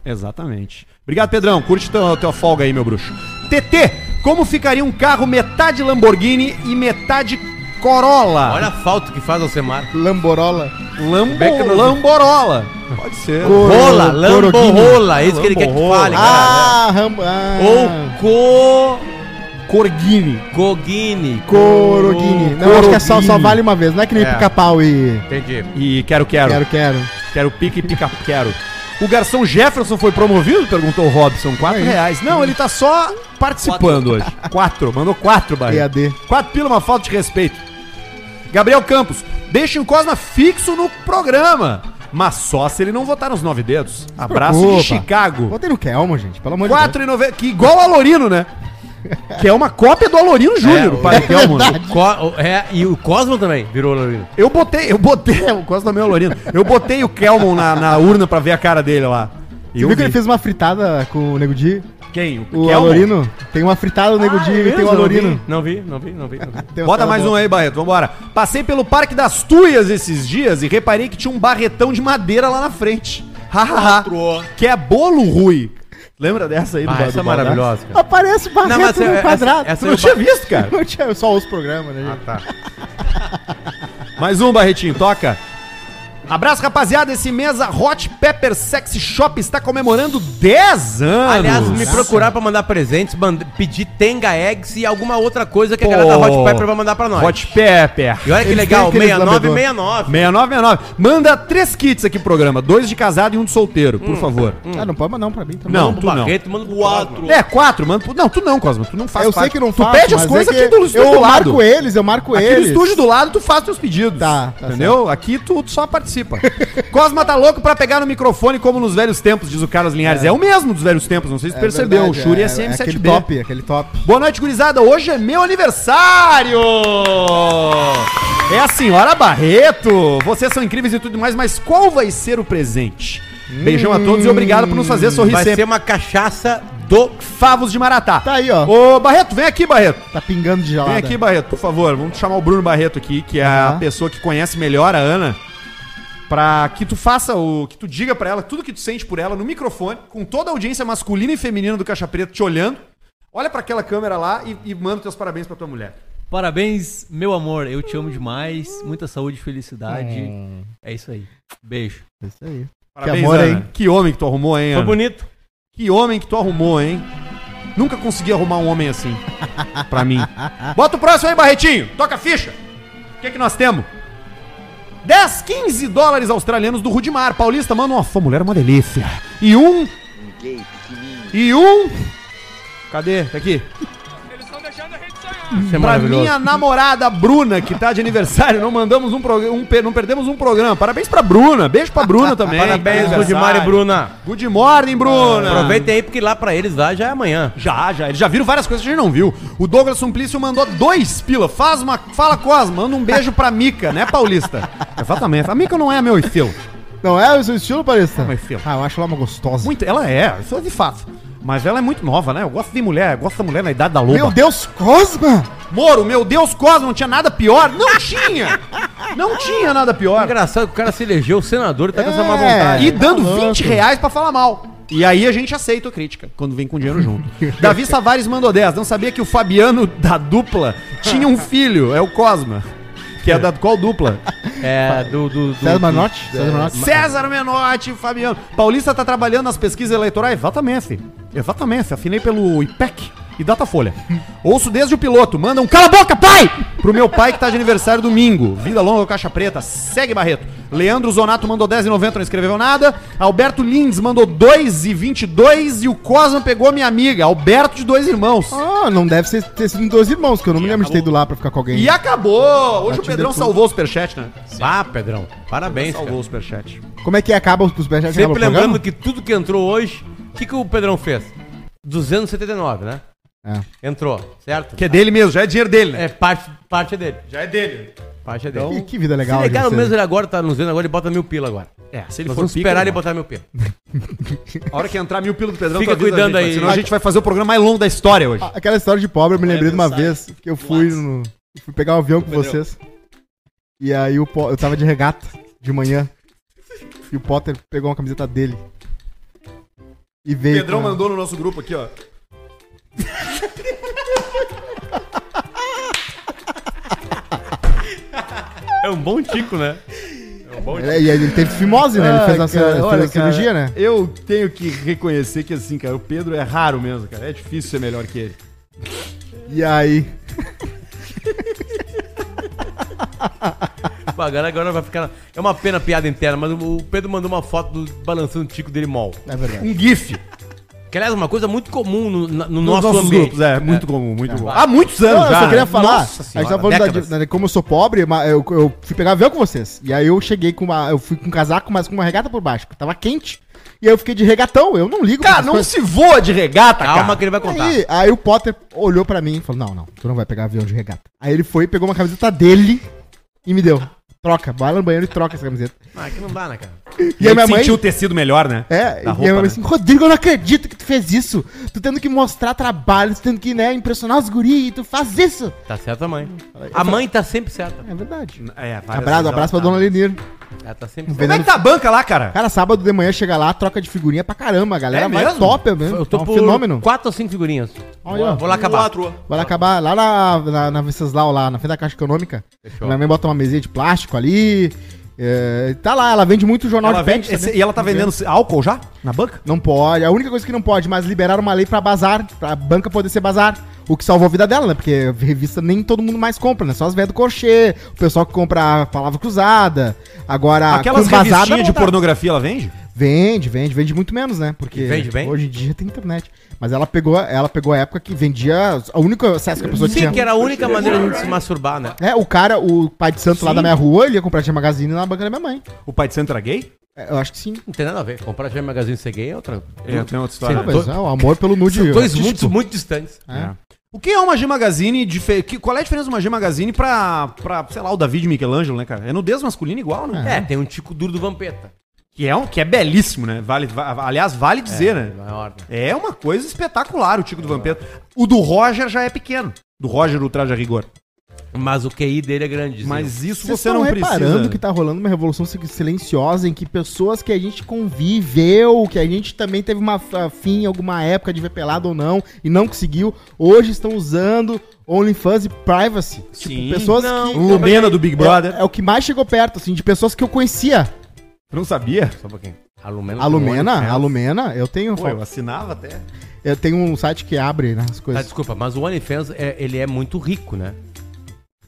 Exatamente. Obrigado, Pedrão. Curte teu, tua folga aí, meu bruxo. TT, como ficaria um carro metade Lamborghini e metade Corolla?
Olha a falta que faz ao Semar.
Lamborola.
Lambo,
bem que nós-
Lamborola. Pode ser. né?
Cor-
Rola, lambo
Coroguinho.
rola. É isso que ele quer que
Lamborola.
fale, cara.
Ah, Rambo. Ah.
Ou co...
Corguini.
Gogini.
Coroguini. Não, acho que é só, só
Coroguini.
vale uma vez. Não é que nem
É.
pica-pau e.
Entendi.
E quero, quero.
Quero, quero.
Quero pique e pica quero. O garçom Jefferson foi promovido? Perguntou o Robson. Quatro
Aí.
reais. Não, ele tá só participando hoje. Quatro. Mandou quatro, Bahia.
EAD.
Quatro pila, uma falta de respeito. Gabriel Campos. Deixem o Cosma fixo no programa. Mas só se ele não votar nos nove dedos. Abraço
Ah, Opa.
de Chicago.
Botei no Kelmo, gente. Pelo amor
Quatro e nove... Que igual o Alorino, né? Que é uma cópia do Alorino Júnior.
É,
o padre
é
Kelmo.
verdade.
Co- é, e o Cosmo também virou Laurino.
Eu botei, eu botei, eu quase também Alorino. Eu botei o Kelmon na, na urna pra ver a cara dele lá.
de Deus. Você viu que ele fez uma fritada com o Nego Di?
Quem?
O
Kelmon?
Alorino? Tem uma fritada do Nego
Ah,
Di e tem o Alorino.
Não vi, não vi, não vi. Não vi.
Tem
é
uma
Bota
tela
mais um
boa.
aí, Barreto, vambora. Passei pelo Parque das Tuias esses dias e reparei que tinha um barretão de madeira lá na frente. Hahaha. que é bolo ruim. Lembra dessa aí
Ah,
Bar-
essa é
Baldassi?
maravilhosa, cara.
Aparece o
Não, mas
é-
barreto
essa-
no
essa-
é quadrado.
essa
Tu não tinha visto, cara.
Não tinha só os programas, né,
Ah, tá.
gente?
Mais um, Barretinho, toca. Abraço, rapaziada. Esse mês a Hot Pepper Sexy Shop está comemorando 10 anos.
Aliás, me procurar pra mandar presentes, mand- pedir Tenga Eggs e alguma outra coisa que a galera da Hot Pepper vai mandar pra nós.
Hot Pepper.
E olha que
Eles
legal,
têm aqueles
6969.
lambedor.
6969. Manda três kits aqui pro programa. Dois de casado e um de solteiro,
Hum.
por favor.
Ah, não pode mandar um pra mim também.
Não,
Manda
tu
pro
não.
Barreto, manda um pro Quatro.
É, quatro, mano. Tu- Não, tu não, Cosmo. Tu não faz
Tipo- eu sei
parte.
que não
Tu
faço,
pede as
mas
coisas
é
aqui do estúdio
Eu
do lado.
marco eles, eu marco
Aqui do
eles.
estúdio do lado, tu faz teus pedidos.
Tá, tá
entendeu? Aqui tu, tu só participa. Cosma tá louco pra pegar no microfone como nos velhos tempos, diz o Carlos Linhares. É, o mesmo dos velhos tempos, não sei se
É
percebeu.
verdade,
o Shuri é,
aquele
CM7B.
top, aquele top.
Boa noite, gurizada. Hoje é meu aniversário! É a senhora Barreto. Vocês são incríveis e tudo mais, mas qual vai ser o presente? Beijão a todos e obrigado por nos fazer sorrir
Vai ser
sempre.
uma cachaça do.
Favos de Maratá.
Tá aí, ó.
Ô, Barreto, vem aqui, Barreto.
Tá pingando de gelada.
Vem aqui, Barreto, por favor. Vamos chamar o Bruno Barreto aqui, que é a
Aham.
pessoa que conhece melhor a Ana, pra que tu faça o que tu diga pra ela, tudo que tu sente por ela no microfone, com toda a audiência masculina e feminina do Caixa Preto te olhando. Olha pra aquela câmera lá e, e manda teus parabéns pra tua mulher.
Parabéns, meu amor. Eu te amo demais. Muita saúde e felicidade.
Hum.
É isso aí. Beijo.
É Isso aí.
Parabéns,
amor,
Ana.
hein?
Que homem que tu arrumou, hein,
Foi
Ana?
bonito.
Que homem que tu arrumou, hein? Nunca consegui arrumar um homem assim. pra mim. Bota o próximo aí, Barretinho. Toca a ficha. O que, é que nós temos? 10, 15 dólares australianos do Rudimar. Paulista, manda uma fã. Mulher é uma delícia. E um. E um. Cadê? Tá aqui.
Isso é
Pra
maravilhoso.
minha namorada Bruna, que tá de aniversário, não mandamos um programa. não perdemos um programa. Parabéns pra Bruna. Beijo pra Bruna também.
Parabéns, Rudimar e Bruna.
Good morning, Bruna.
Aproveitem aí, porque lá pra eles lá já é amanhã.
Já, já. Eles já viram várias coisas que a gente não viu. O Douglas Simplício mandou dois pila. Faz uma. Fala, Cosma. Manda um beijo pra Mica, né, Paulista? Exatamente. A Mica não é meu estilo.
Não é o seu estilo, Paulista?
Mas, filho.
Ah, eu acho lá uma gostosa.
Muito, ela é, isso é de fato. Mas ela é muito nova, né? Eu gosto de mulher, eu gosto da mulher na idade da loba.
Meu Deus, Cosma!
Moro, meu Deus, Cosma, não tinha nada pior. Não tinha! Não tinha nada pior.
Engraçado que o cara se elegeu senador É. e tá com essa má
É.
vontade.
E dando
Tá louco.
20 reais pra falar mal. E aí a gente aceita a crítica, quando vem com dinheiro junto. Davi Savares mandou 10. Não sabia que o Fabiano da dupla tinha um filho, é o Cosma. Que é da qual dupla?
É, do. do, do
César
do-
Manotti? César Manotti.
César Menotti, Fabiano. Paulista tá trabalhando nas pesquisas eleitorais? Exatamente. Exatamente. Assinei pelo IPEC e Datafolha. Ouço desde o piloto. Manda um cala a boca, pai! Pro meu pai que tá de aniversário domingo. Vida longa, caixa preta. Segue, Barreto. Leandro Zonato mandou 10,90, não escreveu nada. Alberto Lins mandou 2,22 e o Cosmo pegou minha amiga. Alberto de dois irmãos.
Ah, não deve ser, ter sido em dois irmãos, que eu não me lembro de ter ido lá pra ficar com alguém.
E acabou! Hoje o
Batido
Pedrão
tudo.
salvou o superchat, né?
Ah, Pedrão. Parabéns, cara.
Salvou o superchat.
Como é que acaba os os Benjamin?
Sempre
Acaba o programa?
lembrando que tudo que entrou hoje, o que, que o Pedrão fez? 279, né?
É.
Entrou, certo?
Que é dele mesmo, já é dinheiro dele, né?
É parte, parte é dele.
Já é dele.
Parte é dele.
Ih, que vida legal.
Se ligar
gente,
o mesmo ele agora, tá nos vendo agora, ele bota mil pila agora.
É, se ele
Nós
for
vamos
pica,
esperar ele
irmão.
botar mil pila.
A hora que entrar mil pila do Pedrão,
Fica
tu avisa a
cuidando
gente,
aí.
Senão a gente vai fazer o programa mais longo da história hoje.
Ah, Aquela história de pobre, eu me lembrei de uma
mensagem.
vez que eu fui no. eu Fui pegar um avião com
Pedrão.
vocês. E aí o Po- eu tava de regata de manhã. E o Potter pegou uma camiseta dele. E
O
veio.
Pedrão
com-
mandou no nosso grupo aqui, ó.
É um bom tico, né?
É, E aí ele teve fimose, né?
Ah,
Ele fez, a, cir- fez a cirurgia, né?
Eu tenho que reconhecer que, assim, cara, o Pedro é raro mesmo, cara. É difícil ser melhor que ele.
E aí.
Pô, A galera agora vai ficar. É uma pena a piada interna, mas o o Pedro mandou uma foto do, balançando o tico dele mol.
É verdade.
Um gif.
Que aliás é uma coisa muito comum no, na- no
Nos
nosso
nossos
ambiente.
grupos, é. Muito comum, muito comum.
vai.
Há muitos
Não,
anos
eu
já.
só queria
né?
falar. é
Nossa
a gente
senhora,
tava falando da-
décadas.
da- como eu sou pobre, mas eu, eu fui pegar avião com vocês. E aí eu cheguei com uma. Eu fui com um casaco, mas com uma regata por baixo. que Tava quente. E aí eu fiquei de regatão. Eu não ligo
Ah,
Cara, Tá,
essas
não
coisas.
se voa de regata, cara.
Calma que ele vai contar.
Aí, aí o Potter olhou pra mim e falou: Não, não, tu não vai pegar avião de regata. Aí ele foi, pegou uma camiseta dele e me deu. Troca, vai lá no banheiro e troca essa camiseta.
Ah, aqui não dá, né, cara?
E aí minha mãe.
sentiu o tecido melhor, né?
É,
da
e minha
roupa,
mãe
né?
assim, Rodrigo, eu não acredito que tu fez isso. Tu tendo que mostrar trabalho, tu tendo que, né, impressionar os guris, e tu faz isso.
Tá certa a mãe. A mãe tá sempre certa.
É verdade.
É, várias
Abraço,
vezes
abraço pra
ela
dona
tá-
Lenir.
Ela tá sempre
Vendo-
certa.
Como é que tá a banca lá, cara?
Cara, sábado de manhã chega lá, troca de figurinha pra caramba. A galera
É
vai
mesmo?
top, mesmo.
Eu tô
é um
por
fenômeno.
quatro ou cinco figurinhas.
Olha, ó.
Vou lá acabar.
Quatro.
Vai lá acabar lá na, na, na Venceslau, lá na frente da Caixa Econômica.
Fechou.
Minha mãe bota uma mesinha de plástico ali. é, tá lá, ela vende muito jornal
Ela
de
vende-
pet.
esse-
também.
e ela tá vendendo álcool já? Na banca?
Não pode. A única coisa que não pode, mas liberaram uma lei pra bazar, pra banca poder ser bazar. O que salvou a vida dela, né? Porque revista nem todo mundo mais compra, né? Só as velhas do crochê, o pessoal que compra a palavra cruzada. Agora,
Aquelas
Ah, com bazar dá
revistinhas de
vontade.
pornografia ela vende?
Vende, vende, vende muito menos, né? Porque
Vende bem?
hoje em dia tem internet. Mas ela pegou, ela pegou a época que vendia a única acesso que a pessoa tinha.
Sim, que era a única maneira de se masturbar, né?
É, o cara, o pai de santo lá da minha rua, ele ia comprar tia magazine na banca da minha mãe.
O pai de santo era gay?
É, Eu acho que sim.
Não tem nada a ver. Comprar J Magazine e ser gay é outra.
Eu tenho outra história.
Ah, mas é, o amor pelo nude.
São dois
artístico.
mundos muito distantes.
O que é uma G Magazine? dife- que- Qual é a diferença de uma G Magazine pra, pra, sei lá, o David Michelangelo, né, cara? É nudez masculina igual, né?
É, tem um tico duro do Vampeta.
Que, é um, que é belíssimo, né? Vale, va- aliás, vale dizer, né?
Maior.
É uma coisa espetacular o Tico do Vampeta. O do Roger já é pequeno. Do Roger do Traje a Rigor.
Mas o QI dele é grande. dizia.
Mas isso
Vocês
você
estão
não
reparando
precisa.
que tá rolando uma revolução si- silenciosa em que pessoas que a gente conviveu, que a gente também teve uma fa- fim em alguma época de ver pelado ou não, e não conseguiu, hoje estão usando OnlyFans e Privacy. Tipo,
Sim.
pessoas que...
Lumena do Big Brother.
É, é o que mais chegou perto, assim, de pessoas que eu conhecia.
Tu não sabia?
Só um pouquinho. A Lumena.
A Lumena,
tem um
Ah,
a
OnlyFans.
Lumena, eu tenho,
Pô, eu assinava até.
eu tenho um site que abre né, as
Ah,
Tá
coisas.
desculpa, mas o OnlyFans, é, ele é muito rico, né?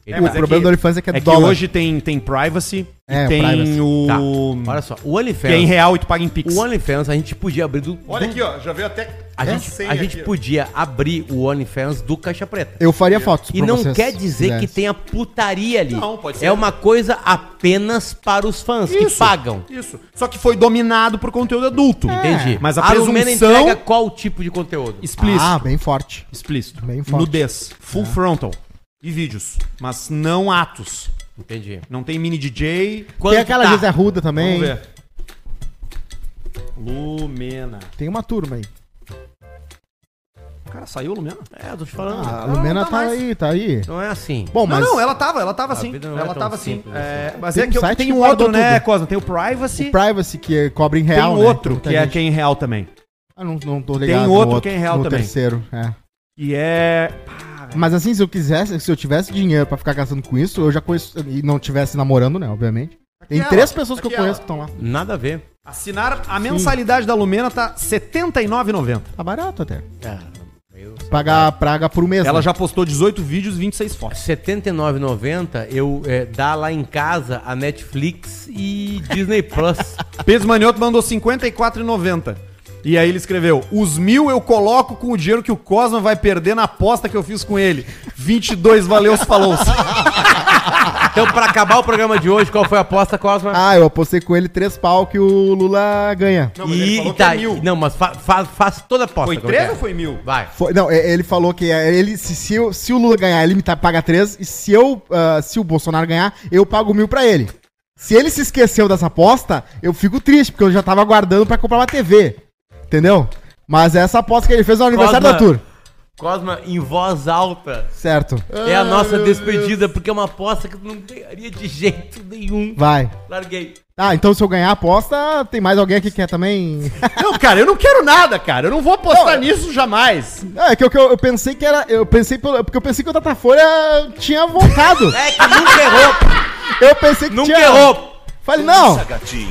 Ele-
É,
o
mas
problema
que-
do OnlyFans é que é,
É que
dólar.
hoje tem, tem privacy
É,
e tem
privacy.
Tá,
o.
olha só, o
Que Hum. é em
OnlyFans,
real e tu paga em Pix.
o OnlyFans a gente podia abrir do... do-
ó. Já veio até.
A gente, a gente podia abrir o OnlyFans do Caixa Preta.
Eu faria fotos
E
pra
não
vocês,
quer dizer
se
que
quisessem.
tenha putaria ali.
Não, pode ser.
É uma coisa apenas para os fãs que
Isso.
pagam.
Isso. Só que foi dominado por conteúdo adulto.
É.
Entendi.
É, Mas a
Lumena
presunção-
entrega qual tipo de conteúdo?
Explícito.
Ah, bem forte.
Explícito.
Bem forte.
Nudez. Full frontal. E vídeos. Mas não atos.
Entendi.
Não tem mini DJ.
Quanto
Tem aquela
tá?
Gisé Ruda também.
Vamos ver. Lumena.
Tem uma turma aí.
Cara, saiu a Lumena?
É, eu tô te falando.
Ah, a
não
Lumena
tá
tá,
mais.
aí, tá aí.
Não é assim.
Bom,
Não,
mas.
não, ela tava, ela tava
A
assim.
vida não é
Ela
tão
tava assim.
simples
É, mas
Tem
é que
um
eu
site
tem
que
um
guardou
outro, né,
tudo.
Cosma? Tem o Privacy.
O Privacy, que cobre em real.
tem
né?
outro,
Muita
que é
gente-
quem é real também.
Ah, não, não tô ligado.
Tem
no
outro que é em real
no
também.
terceiro, é.
E é.
Mas assim, se eu quisesse, se eu tivesse dinheiro pra ficar gastando com isso, eu já conheço. E não tivesse namorando, né, obviamente. Tem
Aquela,
três pessoas que eu
aquela.
conheço que estão lá.
Nada a ver.
Assinar a mensalidade da Lumena tá R$ 79,90.
Tá barato até.
Eu-
Pagar praga por mês.
Ela
né?
já postou 18 vídeos, 26
R$
fotos.
79,90 eu é, dá lá em casa a Netflix e Disney Plus.
Pedro Manioto mandou 54,90. E aí ele escreveu: Os mil eu coloco com o dinheiro que o Cosma vai perder na aposta que eu fiz com ele. 22 valeu, falou.
então, pra acabar o programa de hoje, qual foi a aposta, Cosma?
Ah, eu apostei com ele três pau que o Lula ganha.
Não, mas ele falou que é mil.
tá Não, mas fa- fa- faz toda a aposta.
Foi
como é
3
que
ou
é.
foi mil?
Vai.
Foi- não, é- ele falou que é, ele, se, se, eu- se o Lula ganhar, ele me tá- paga três, e se, eu, ah, se o Bolsonaro ganhar, eu pago mil pra ele. Se ele se esqueceu dessa aposta, eu fico triste, porque eu já tava aguardando pra comprar uma TV. Entendeu? Mas essa aposta que ele fez no aniversário
Cosma.
da Tour.
Cosma, em voz alta,
Certo.
é a nossa despedida, porque é uma aposta que eu não ganharia de jeito nenhum.
Vai.
Larguei.
Ah, então se eu ganhar a aposta, tem mais alguém aqui que quer também.
Não, cara, eu não quero nada, cara. Eu não vou apostar nisso jamais.
Não, é que eu, que eu- eu pensei que era. Eu pensei pelo. Porque eu pensei que o Datafolha tinha voltado.
É que nunca errou,
Eu pensei que
nunca
tinha.
errou.
Falei, não.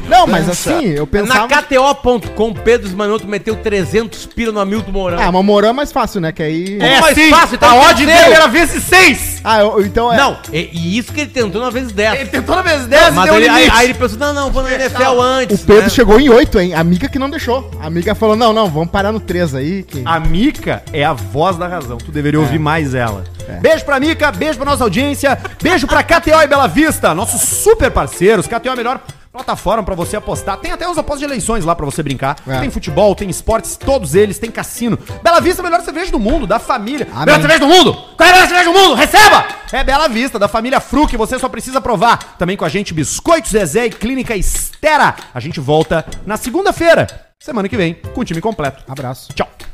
Não, mas assim, eu pensava.
Na KTO.com, Pedro Esmanioto meteu 300 pila no Hamilton Mourão.
Ah, mas Morão é mais fácil, né? Que aí.
É,
mais
sim.
fácil,
A
tá? A odd
odd dele
dele
era
era vezes 6.
Ah, eu- então é.
Não, e, e isso que ele tentou na vez 10.
Ele tentou na vez 10
Mas ele, aí, aí ele pensou, não, não, vou na NFL
então, O
antes.
Pedro
né?
chegou em 8, hein? A amiga que não deixou. A amiga falou: não, não, vamos parar no 3 aí. Que...
Ah.
A Mica é a voz da razão. Tu deveria
É.
ouvir mais ela. Beijo pra Mica, beijo pra nossa audiência, beijo pra KTO e Bela Vista, nossos super parceiros. KTO é a melhor plataforma pra você apostar. Tem até os apostas de eleições lá pra você brincar.
É.
Tem futebol, tem esportes, todos eles, tem cassino. Bela Vista, é a melhor cerveja do mundo, da família.
Amém.
Melhor cerveja do mundo! Qual é a melhor cerveja do mundo? Receba! É Bela Vista, da família Fruc, você só precisa provar. Também com a gente Biscoitos Zezé e Clínica Estera. A gente volta na segunda-feira, semana que vem, com o time completo.
Abraço.
Tchau!